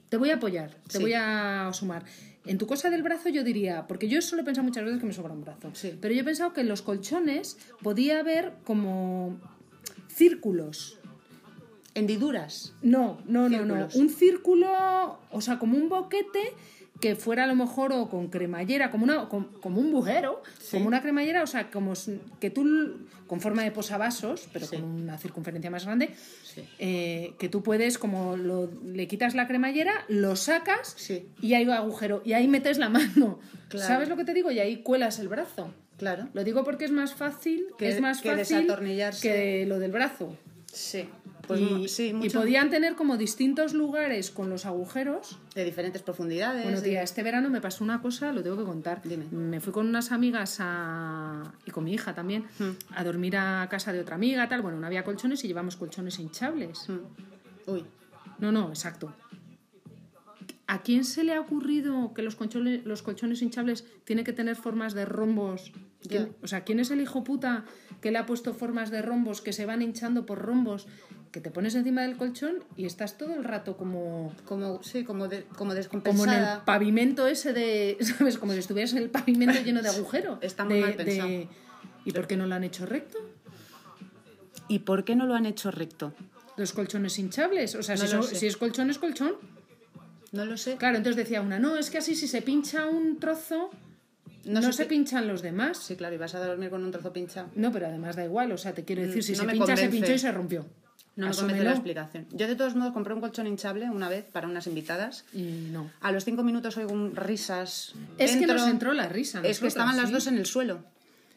[SPEAKER 3] Te voy a apoyar, te
[SPEAKER 4] Sí.
[SPEAKER 3] voy a sumar. En tu cosa del brazo yo diría, porque yo solo he pensado muchas veces que me sobra un brazo,
[SPEAKER 4] Sí.
[SPEAKER 3] pero yo he pensado que en los colchones podía haber como círculos.
[SPEAKER 4] Hendiduras.
[SPEAKER 3] No, no, no, no.
[SPEAKER 4] Círculos.
[SPEAKER 3] Un círculo, o sea, como un boquete que fuera a lo mejor o con cremallera, como, una, com- como, un bujero, como una cremallera, o sea, como s- que tú, l- con forma de posavasos, pero
[SPEAKER 4] Sí.
[SPEAKER 3] con una circunferencia más grande, eh, que tú puedes, como lo- le quitas la cremallera, lo sacas
[SPEAKER 4] Sí.
[SPEAKER 3] y hay un agujero, y ahí metes la mano.
[SPEAKER 4] Claro.
[SPEAKER 3] ¿Sabes lo que te digo? Y ahí cuelas el brazo.
[SPEAKER 4] Claro.
[SPEAKER 3] Lo digo porque es más fácil,
[SPEAKER 4] Que-
[SPEAKER 3] es más
[SPEAKER 4] que
[SPEAKER 3] fácil
[SPEAKER 4] desatornillarse.
[SPEAKER 3] que lo del brazo
[SPEAKER 4] Sí. Pues mu-
[SPEAKER 3] y,
[SPEAKER 4] sí,
[SPEAKER 3] y
[SPEAKER 4] mucho-
[SPEAKER 3] podían tener como distintos lugares con los agujeros.
[SPEAKER 4] De diferentes profundidades.
[SPEAKER 3] Bueno,
[SPEAKER 4] de-
[SPEAKER 3] tía, este verano me pasó una cosa, lo tengo que contar.
[SPEAKER 4] Dime.
[SPEAKER 3] Me fui con unas amigas a- y con mi hija también
[SPEAKER 4] Hmm.
[SPEAKER 3] a dormir a casa de otra amiga, tal. Bueno, no había colchones y llevamos colchones hinchables.
[SPEAKER 4] Uy.
[SPEAKER 3] No, no, exacto. ¿A quién se le ha ocurrido que los colchones, los colchones hinchables tienen que tener formas de rombos? ¿Quién-
[SPEAKER 4] Ya.
[SPEAKER 3] O sea, ¿quién es el hijo puta que le ha puesto formas de rombos que se van hinchando por rombos? Que te pones encima del colchón y estás todo el rato como,
[SPEAKER 4] Como, sí, como, de- como
[SPEAKER 3] como en
[SPEAKER 4] descompensada.
[SPEAKER 3] el pavimento ese de, ¿sabes? Como si estuvieras en el pavimento lleno de agujeros.
[SPEAKER 4] Está muy
[SPEAKER 3] De-
[SPEAKER 4] mal pensado.
[SPEAKER 3] de- ¿Y por qué no lo han hecho recto?
[SPEAKER 4] ¿Y por qué no lo han hecho recto?
[SPEAKER 3] los colchones hinchables. O sea,
[SPEAKER 4] No
[SPEAKER 3] si,
[SPEAKER 4] lo
[SPEAKER 3] son-
[SPEAKER 4] sé.
[SPEAKER 3] si es colchón, es colchón.
[SPEAKER 4] No lo sé.
[SPEAKER 3] Claro, entonces decía una, no, es que así si se pincha un trozo, no,
[SPEAKER 4] sé
[SPEAKER 3] se
[SPEAKER 4] qué-
[SPEAKER 3] pinchan los demás.
[SPEAKER 4] Sí, claro, y vas a dormir con un trozo pinchado.
[SPEAKER 3] No, pero además da igual, o sea, te quiero decir, si
[SPEAKER 4] Mm, no
[SPEAKER 3] se
[SPEAKER 4] me
[SPEAKER 3] pincha, se
[SPEAKER 4] convence.
[SPEAKER 3] pinchó y se rompió.
[SPEAKER 4] No me
[SPEAKER 3] Asúmelo.
[SPEAKER 4] convence la explicación. Yo, de todos modos, compré un colchón hinchable una vez para unas invitadas.
[SPEAKER 3] Y no.
[SPEAKER 4] A los cinco minutos oigo un risas.
[SPEAKER 3] Es que
[SPEAKER 4] dentro.
[SPEAKER 3] nos entró la risa.
[SPEAKER 4] Es que
[SPEAKER 3] nosotras,
[SPEAKER 4] estaban las
[SPEAKER 3] ¿sí?
[SPEAKER 4] dos en el suelo.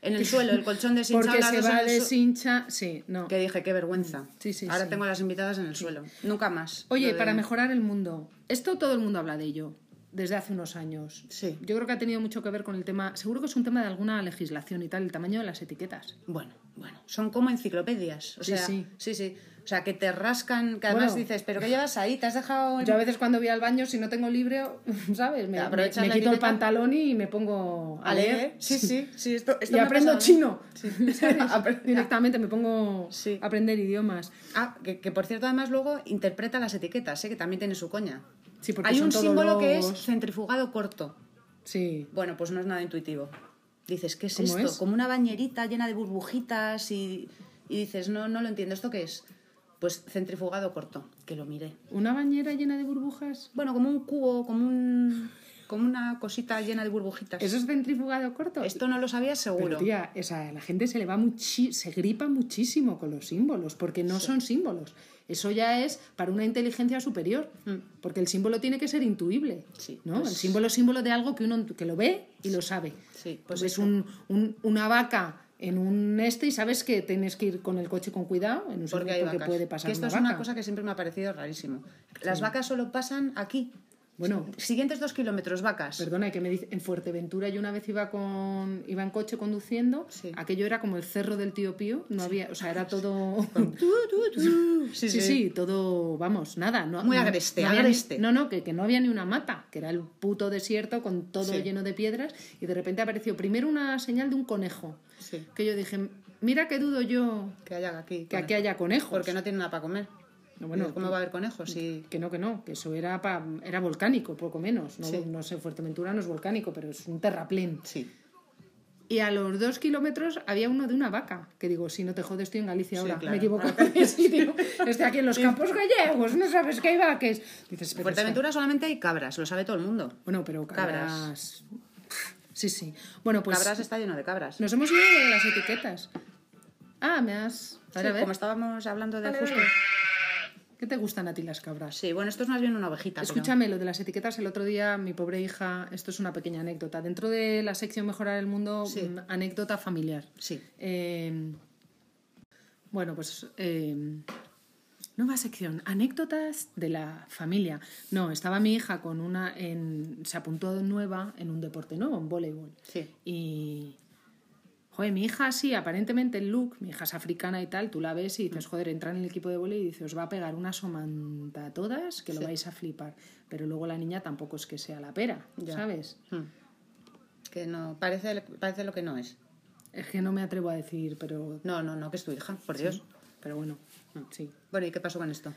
[SPEAKER 4] En el suelo, el colchón deshinchado.
[SPEAKER 3] Porque
[SPEAKER 4] las
[SPEAKER 3] se
[SPEAKER 4] dos en
[SPEAKER 3] va
[SPEAKER 4] el su-
[SPEAKER 3] deshincha. Sí, no.
[SPEAKER 4] Que dije, qué vergüenza.
[SPEAKER 3] Sí, sí,
[SPEAKER 4] Ahora
[SPEAKER 3] sí.
[SPEAKER 4] tengo a las invitadas en el suelo. Nunca más.
[SPEAKER 3] Oye,
[SPEAKER 4] Lo de-
[SPEAKER 3] para mejorar el mundo. Esto todo el mundo habla de ello desde hace unos años.
[SPEAKER 4] Sí.
[SPEAKER 3] Yo creo que ha tenido mucho que ver con el tema. Seguro que es un tema de alguna legislación y tal, el tamaño de las etiquetas.
[SPEAKER 4] Bueno, bueno. Son como enciclopedias. O
[SPEAKER 3] Sí,
[SPEAKER 4] sea,
[SPEAKER 3] sí.
[SPEAKER 4] sí, sí. O sea, que te rascan, que además
[SPEAKER 3] Bueno.
[SPEAKER 4] dices, pero ¿qué llevas ahí? ¿Te has dejado...? el-?"
[SPEAKER 3] Yo a veces cuando voy al baño, si no tengo libre, ¿sabes? Me,
[SPEAKER 4] Aprovechas
[SPEAKER 3] me- me
[SPEAKER 4] la
[SPEAKER 3] quito el
[SPEAKER 4] etiqueta.
[SPEAKER 3] pantalón y me pongo a,
[SPEAKER 4] ¿A leer?
[SPEAKER 3] leer.
[SPEAKER 4] Sí, sí. sí esto, esto
[SPEAKER 3] y
[SPEAKER 4] me ha
[SPEAKER 3] aprendo
[SPEAKER 4] pasado.
[SPEAKER 3] chino.
[SPEAKER 4] Sí.
[SPEAKER 3] ¿sabes?
[SPEAKER 4] Apre-
[SPEAKER 3] Directamente me pongo
[SPEAKER 4] Sí.
[SPEAKER 3] a aprender idiomas.
[SPEAKER 4] Ah, que, que, por cierto, además luego interpreta las etiquetas, ¿eh? que también tiene su coña.
[SPEAKER 3] Sí, porque
[SPEAKER 4] Hay
[SPEAKER 3] son
[SPEAKER 4] un
[SPEAKER 3] todos
[SPEAKER 4] símbolo que es
[SPEAKER 3] los-
[SPEAKER 4] centrifugado corto.
[SPEAKER 3] Sí.
[SPEAKER 4] Bueno, pues no es nada intuitivo. Dices, ¿qué es
[SPEAKER 3] ¿Cómo
[SPEAKER 4] esto?
[SPEAKER 3] es?
[SPEAKER 4] Como una bañerita llena de burbujitas y, y dices, no, no lo entiendo, ¿esto qué es? Pues centrifugado corto, que lo miré.
[SPEAKER 3] ¿Una bañera llena de burbujas?
[SPEAKER 4] Bueno, como un cubo, como un como una cosita llena de burbujitas.
[SPEAKER 3] ¿Eso es centrifugado corto?
[SPEAKER 4] Esto no lo sabía seguro.
[SPEAKER 3] Pero, tía, o sea, la gente se le va muchi- se gripa muchísimo con los símbolos, porque no son símbolos. Eso ya es para una inteligencia superior, porque el símbolo tiene que ser intuible,
[SPEAKER 4] Mm. Sí,
[SPEAKER 3] ¿no?
[SPEAKER 4] pues-
[SPEAKER 3] El símbolo es símbolo de algo que uno que lo ve y lo sabe.
[SPEAKER 4] Sí,
[SPEAKER 3] pues
[SPEAKER 4] pues
[SPEAKER 3] es
[SPEAKER 4] esto.
[SPEAKER 3] un, un- una vaca en un este y sabes que tienes que ir con el coche con cuidado en un sitio
[SPEAKER 4] porque hay
[SPEAKER 3] porque
[SPEAKER 4] vacas.
[SPEAKER 3] puede pasar
[SPEAKER 4] que esto
[SPEAKER 3] una
[SPEAKER 4] es
[SPEAKER 3] vaca.
[SPEAKER 4] una cosa que siempre me ha parecido rarísimo. Las vacas solo pasan aquí.
[SPEAKER 3] Bueno,
[SPEAKER 4] Siguientes dos kilómetros, vacas.
[SPEAKER 3] Perdona, que me dice, en Fuerteventura yo una vez iba con iba en coche conduciendo,
[SPEAKER 4] Sí.
[SPEAKER 3] aquello era como el cerro del tío Pío, no había, o sea, era todo
[SPEAKER 4] Tu, tu, tu.
[SPEAKER 3] Sí, sí, todo, vamos, nada, no
[SPEAKER 4] Muy
[SPEAKER 3] no-
[SPEAKER 4] agreste,
[SPEAKER 3] no había ni-
[SPEAKER 4] agreste.
[SPEAKER 3] no, no, que, que no había ni una mata, que era el puto desierto con todo
[SPEAKER 4] Sí.
[SPEAKER 3] lleno de piedras y de repente apareció primero una señal de un conejo,
[SPEAKER 4] Sí.
[SPEAKER 3] que yo dije, mira que dudo yo
[SPEAKER 4] Que haya aquí.
[SPEAKER 3] que
[SPEAKER 4] bueno,
[SPEAKER 3] aquí haya conejos.
[SPEAKER 4] Porque no tienen nada para comer.
[SPEAKER 3] No, bueno,
[SPEAKER 4] ¿Cómo va a haber conejos? si-
[SPEAKER 3] Que no, que no, que eso era pa- era volcánico, poco menos. No,
[SPEAKER 4] Sí.
[SPEAKER 3] no sé, Fuerteventura no es volcánico, pero es un terraplén.
[SPEAKER 4] Sí.
[SPEAKER 3] Y a los dos kilómetros había uno de una vaca. Que digo, si no te jodes, estoy en Galicia
[SPEAKER 4] Sí,
[SPEAKER 3] ahora.
[SPEAKER 4] claro.
[SPEAKER 3] Me equivoco. Sí, digo, estoy aquí en los campos gallegos, no sabes que hay vaques. Dices, pero es que-
[SPEAKER 4] Fuerteventura solamente hay cabras, lo sabe todo el mundo.
[SPEAKER 3] Bueno, pero cabras.
[SPEAKER 4] Cabras.
[SPEAKER 3] Sí, sí. Bueno, pues
[SPEAKER 4] cabras está lleno de cabras.
[SPEAKER 3] nos hemos ido de las etiquetas. Ah, me has... A ver,
[SPEAKER 4] Sí,
[SPEAKER 3] a ver.
[SPEAKER 4] Como estábamos hablando de
[SPEAKER 3] Dale,
[SPEAKER 4] justo.
[SPEAKER 3] dale. ¿Qué te gustan a ti las cabras?
[SPEAKER 4] Sí, Ah, bueno, esto es más bien una ovejita. pero-
[SPEAKER 3] Escúchame, lo de las etiquetas, el otro día mi pobre hija, esto es una pequeña anécdota, dentro de la sección Mejorar el Mundo,
[SPEAKER 4] Sí.
[SPEAKER 3] mm, anécdota familiar.
[SPEAKER 4] Sí.
[SPEAKER 3] Eh, bueno, pues eh, nueva sección, anécdotas de la familia. No, estaba mi hija con una, en- se apuntó nueva en un deporte nuevo, en voleibol.
[SPEAKER 4] Sí.
[SPEAKER 3] Y, joder, mi hija sí, aparentemente el look, mi hija es africana y tal, tú la ves y dices, joder, entra en el equipo de voleibol y dices, os va a pegar una somanta a todas que lo
[SPEAKER 4] Sí.
[SPEAKER 3] vais a flipar. Pero luego la niña tampoco es que sea la pera,
[SPEAKER 4] Ya.
[SPEAKER 3] ¿sabes?
[SPEAKER 4] Hmm. Que no, parece, parece lo que no es.
[SPEAKER 3] Es que no me atrevo a decir, pero...
[SPEAKER 4] No, no, no, que es tu hija, por Dios.
[SPEAKER 3] Pero bueno, sí.
[SPEAKER 4] Bueno, ¿y qué pasó con esto?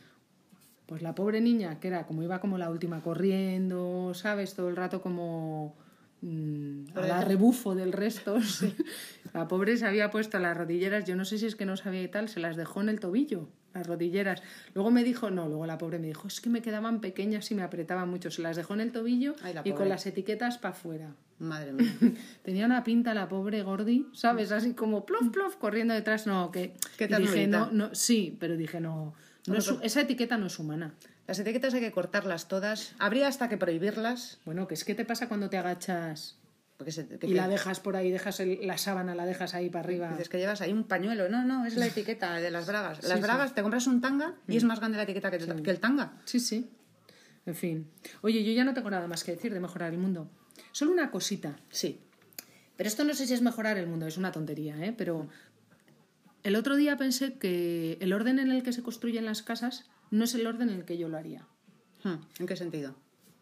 [SPEAKER 3] Pues la pobre niña, que era como iba como la última corriendo, ¿sabes? Todo el rato como mm, a la rebufo del resto. La pobre se había puesto las rodilleras, yo no sé si es que no sabía y tal, se las dejó en el tobillo, las rodilleras. Luego me dijo, no, luego la pobre me dijo, es que me quedaban pequeñas y me apretaban mucho. Se las dejó en el tobillo
[SPEAKER 4] Ay, la
[SPEAKER 3] y con
[SPEAKER 4] pobre.
[SPEAKER 3] las etiquetas para afuera.
[SPEAKER 4] Madre mía.
[SPEAKER 3] Tenía una pinta la pobre Gordi, ¿sabes? Así como plof, plof, corriendo detrás. No, que.
[SPEAKER 4] Qué
[SPEAKER 3] y dije,
[SPEAKER 4] ternurita. pues
[SPEAKER 3] no, no, sí, pero dije, no. no es hu- esa etiqueta no es humana.
[SPEAKER 4] Las etiquetas hay que cortarlas todas. Habría hasta que prohibirlas.
[SPEAKER 3] Bueno, que es que te pasa cuando te agachas
[SPEAKER 4] Porque se, que-
[SPEAKER 3] y la
[SPEAKER 4] que-
[SPEAKER 3] dejas por ahí, dejas el- la sábana, la dejas ahí para arriba.
[SPEAKER 4] Dices que llevas ahí un pañuelo. No, no, es la etiqueta de las bragas. Las
[SPEAKER 3] sí. Mm.
[SPEAKER 4] bragas, te compras un tanga y es más grande la etiqueta que, el- que el tanga.
[SPEAKER 3] Sí, sí. En fin. Oye, yo ya no tengo nada más que decir de mejorar el mundo. Solo una cosita.
[SPEAKER 4] Sí.
[SPEAKER 3] Pero esto no sé si es mejorar el mundo, es una tontería, ¿eh? Pero el otro día pensé que el orden en el que se construyen las casas no es el orden en el que yo lo haría.
[SPEAKER 4] Hmm, ¿En qué sentido?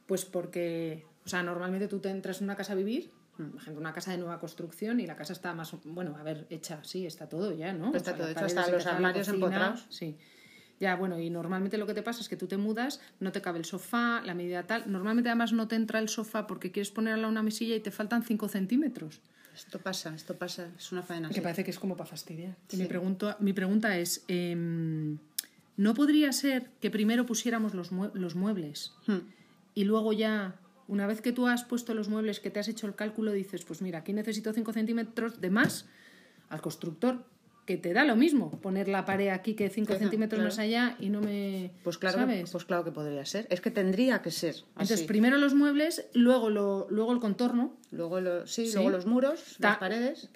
[SPEAKER 3] Pues porque, o sea, normalmente tú te entras en una casa a vivir,
[SPEAKER 4] Hmm.
[SPEAKER 3] por ejemplo, una casa de nueva construcción y la casa está más, o- bueno, a ver, hecha, sí, está todo ya, ¿no?
[SPEAKER 4] Está todo
[SPEAKER 3] las
[SPEAKER 4] hecho,
[SPEAKER 3] paredes
[SPEAKER 4] hasta los
[SPEAKER 3] empezaron, la
[SPEAKER 4] armarios
[SPEAKER 3] cocina,
[SPEAKER 4] empotrados.
[SPEAKER 3] Sí. Ya, bueno, y normalmente lo que te pasa es que tú te mudas, no te cabe el sofá, la medida tal. Normalmente además no te entra el sofá porque quieres ponerla una mesilla y te faltan 5 centímetros.
[SPEAKER 4] Esto pasa, esto pasa. Es una faena.
[SPEAKER 3] Que
[SPEAKER 4] sí.
[SPEAKER 3] parece que es como para fastidiar. Y
[SPEAKER 4] Sí.
[SPEAKER 3] mi, pregunto, mi pregunta es, em, ¿No podría ser que primero pusiéramos los, mue- los muebles
[SPEAKER 4] Hmm.
[SPEAKER 3] y luego ya, una vez que tú has puesto los muebles, que te has hecho el cálculo, dices, pues mira, aquí necesito 5 centímetros de más al constructor, que te da lo mismo poner la pared aquí que 5
[SPEAKER 4] Ajá,
[SPEAKER 3] centímetros
[SPEAKER 4] claro.
[SPEAKER 3] más allá y no me...
[SPEAKER 4] Pues claro, que-
[SPEAKER 3] ¿sabes?
[SPEAKER 4] pues claro que podría ser. Es que tendría que ser. Así.
[SPEAKER 3] Entonces, primero los muebles, luego, lo, luego el contorno.
[SPEAKER 4] luego, lo- sí,
[SPEAKER 3] Sí.
[SPEAKER 4] luego los muros,
[SPEAKER 3] Ta-
[SPEAKER 4] las paredes.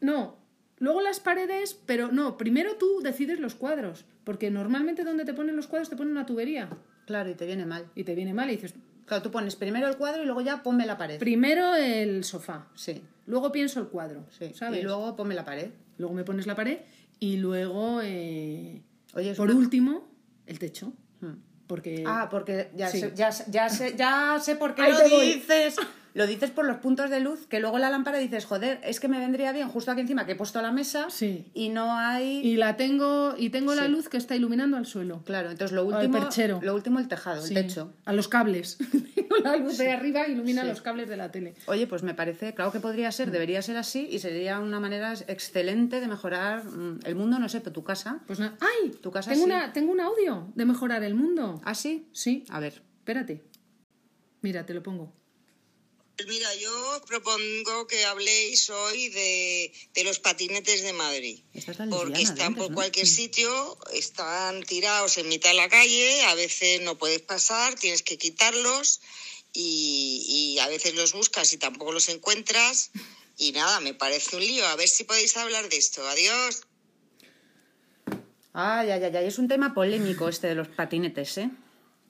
[SPEAKER 3] No, luego las paredes, pero no, primero tú decides los cuadros, porque normalmente donde te ponen los cuadros te ponen una tubería
[SPEAKER 4] Claro, y te viene mal.
[SPEAKER 3] y te viene mal y dices,
[SPEAKER 4] Claro, tú pones primero el cuadro y luego ya ponme la pared.
[SPEAKER 3] primero el sofá,
[SPEAKER 4] sí,
[SPEAKER 3] luego pienso el cuadro,
[SPEAKER 4] sí.
[SPEAKER 3] ¿sabes?
[SPEAKER 4] Y luego ponme la pared.
[SPEAKER 3] Luego me pones la pared y luego, eh,
[SPEAKER 4] Oye, es
[SPEAKER 3] por
[SPEAKER 4] una-
[SPEAKER 3] último, el techo,
[SPEAKER 4] Hmm.
[SPEAKER 3] porque...
[SPEAKER 4] Ah, porque ya,
[SPEAKER 3] Sí.
[SPEAKER 4] sé, ya, sé- ya sé, ya sé por qué
[SPEAKER 3] Ahí
[SPEAKER 4] lo
[SPEAKER 3] te voy.
[SPEAKER 4] dices. Lo dices por los puntos de luz, que luego la lámpara dices, joder, es que me vendría bien justo aquí encima que he puesto la mesa
[SPEAKER 3] Sí.
[SPEAKER 4] y no hay...
[SPEAKER 3] y la tengo, y tengo la
[SPEAKER 4] Sí.
[SPEAKER 3] luz que está iluminando al suelo.
[SPEAKER 4] Claro, entonces lo
[SPEAKER 3] el
[SPEAKER 4] último...
[SPEAKER 3] perchero.
[SPEAKER 4] Lo último el tejado,
[SPEAKER 3] Sí,
[SPEAKER 4] el techo.
[SPEAKER 3] A los cables. la luz de arriba ilumina los cables de la tele.
[SPEAKER 4] Oye, pues me parece, claro que podría
[SPEAKER 3] Mm.
[SPEAKER 4] ser, debería ser así y sería una manera excelente de mejorar mm, el mundo, no sé, pero tu casa.
[SPEAKER 3] Pues nada. ¡Ay!
[SPEAKER 4] Tu casa
[SPEAKER 3] tengo,
[SPEAKER 4] sí.
[SPEAKER 3] una, tengo un audio de mejorar el mundo.
[SPEAKER 4] ¿Ah, sí?
[SPEAKER 3] Sí.
[SPEAKER 4] A ver.
[SPEAKER 3] Espérate. Mira, te lo pongo.
[SPEAKER 5] Pues Mira, yo propongo que habléis hoy de, de los patinetes de Madrid.
[SPEAKER 4] Esta es la lesbiana
[SPEAKER 5] Porque
[SPEAKER 4] de
[SPEAKER 5] están
[SPEAKER 4] antes,
[SPEAKER 5] por
[SPEAKER 4] ¿no?
[SPEAKER 5] cualquier sitio, están tirados en mitad de la calle, a veces no puedes pasar, tienes que quitarlos y, y a veces los buscas y tampoco los encuentras. Y nada, me parece un lío. A ver si podéis hablar de esto. Adiós.
[SPEAKER 4] Ay, ay, ay, ay, es un tema polémico este de los patinetes, ¿eh?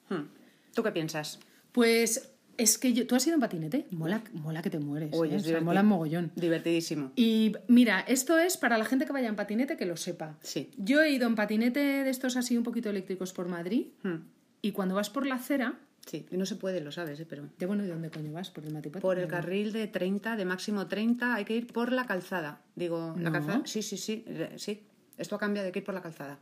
[SPEAKER 4] Hmm. ¿Tú qué piensas?
[SPEAKER 3] Pues es que yo, tú has ido en patinete. Mola, mola que te mueres. ¿eh? O sea,
[SPEAKER 4] diverti-
[SPEAKER 3] mola mogollón.
[SPEAKER 4] Divertidísimo.
[SPEAKER 3] Y mira, esto es para la gente que vaya en patinete que lo sepa.
[SPEAKER 4] Sí.
[SPEAKER 3] Yo he ido en patinete de estos así un poquito eléctricos por Madrid
[SPEAKER 4] Hmm.
[SPEAKER 3] y cuando vas por la acera,
[SPEAKER 4] Sí, no se puede, lo sabes, ¿eh? pero...
[SPEAKER 3] de bueno, ¿y dónde coño vas? Por el matipati.
[SPEAKER 4] Por el
[SPEAKER 3] No.
[SPEAKER 4] carril de 30, de máximo 30, hay que ir por la calzada. Digo,
[SPEAKER 3] No.
[SPEAKER 4] la calzada... Sí, sí, sí, eh, sí. Esto cambia de que ir por la calzada.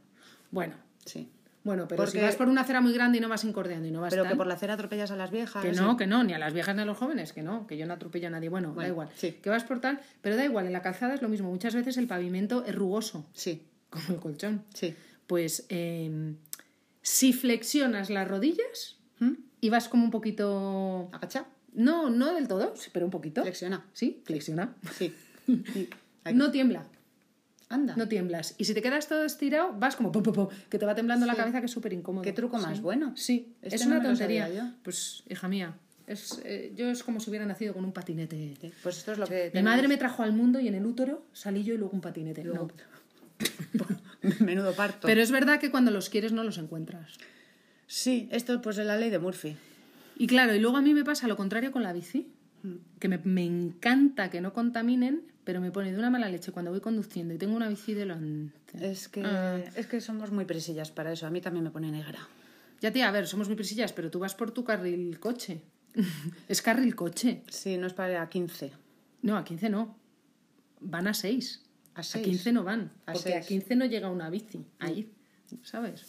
[SPEAKER 3] Bueno,
[SPEAKER 4] Sí.
[SPEAKER 3] bueno, pero si
[SPEAKER 4] Porque-
[SPEAKER 3] vas por una acera muy grande y no vas incordiando y no vas
[SPEAKER 4] Pero que
[SPEAKER 3] tal,
[SPEAKER 4] por la acera atropellas a las viejas.
[SPEAKER 3] Que
[SPEAKER 4] y-
[SPEAKER 3] no, que no, ni a las viejas ni a los jóvenes, que no, que yo no atropello a nadie. Bueno, da
[SPEAKER 4] Bueno,
[SPEAKER 3] igual.
[SPEAKER 4] sí.
[SPEAKER 3] Que vas por tal, pero da igual, en la calzada es lo mismo. Muchas veces el pavimento es rugoso,
[SPEAKER 4] Sí,
[SPEAKER 3] como el colchón.
[SPEAKER 4] sí.
[SPEAKER 3] Pues eh, si flexionas las rodillas y vas como un poquito.
[SPEAKER 4] Agacha,
[SPEAKER 3] No, no del todo, sí, pero un poquito.
[SPEAKER 4] flexiona.
[SPEAKER 3] Sí, flexiona.
[SPEAKER 4] Sí. Ahí.
[SPEAKER 3] No tiembla,
[SPEAKER 4] Anda.
[SPEAKER 3] no tiemblas. Y si te quedas todo estirado, vas como pum, pum, pum, que te va temblando la
[SPEAKER 4] Sí.
[SPEAKER 3] cabeza, que es súper incómodo.
[SPEAKER 4] Qué truco más
[SPEAKER 3] Sí.
[SPEAKER 4] bueno.
[SPEAKER 3] Sí,
[SPEAKER 4] Este
[SPEAKER 3] es
[SPEAKER 4] no
[SPEAKER 3] una
[SPEAKER 4] me lo sabía
[SPEAKER 3] tontería.
[SPEAKER 4] yo.
[SPEAKER 3] Pues, hija mía, es, eh, yo es como si hubiera nacido con un patinete.
[SPEAKER 4] Sí, Pues esto es lo que...
[SPEAKER 3] Mi
[SPEAKER 4] tenemos.
[SPEAKER 3] madre me trajo al mundo y en el útero salí yo y luego un patinete.
[SPEAKER 4] Luego-
[SPEAKER 3] No.
[SPEAKER 4] Menudo parto.
[SPEAKER 3] Pero es verdad que cuando los quieres no los encuentras.
[SPEAKER 4] Sí, esto pues es la ley de Murphy.
[SPEAKER 3] Y claro, y luego a mí me pasa lo contrario con la bici, que me, me encanta que no contaminen, pero me pone de una mala leche cuando voy conduciendo y tengo una bici delante.
[SPEAKER 4] Es que,
[SPEAKER 3] Ah.
[SPEAKER 4] es que somos muy presillas para eso. A mí también me pone negra.
[SPEAKER 3] Ya tía, a ver, somos muy prisillas, pero tú vas por tu carril coche. es carril coche.
[SPEAKER 4] Sí, no es para 15.
[SPEAKER 3] No, a 15 no. Van a 6.
[SPEAKER 4] A seis.
[SPEAKER 3] 15 no van,
[SPEAKER 4] A
[SPEAKER 3] porque a
[SPEAKER 4] seis.
[SPEAKER 3] 15 no llega una bici ahí, ¿sabes?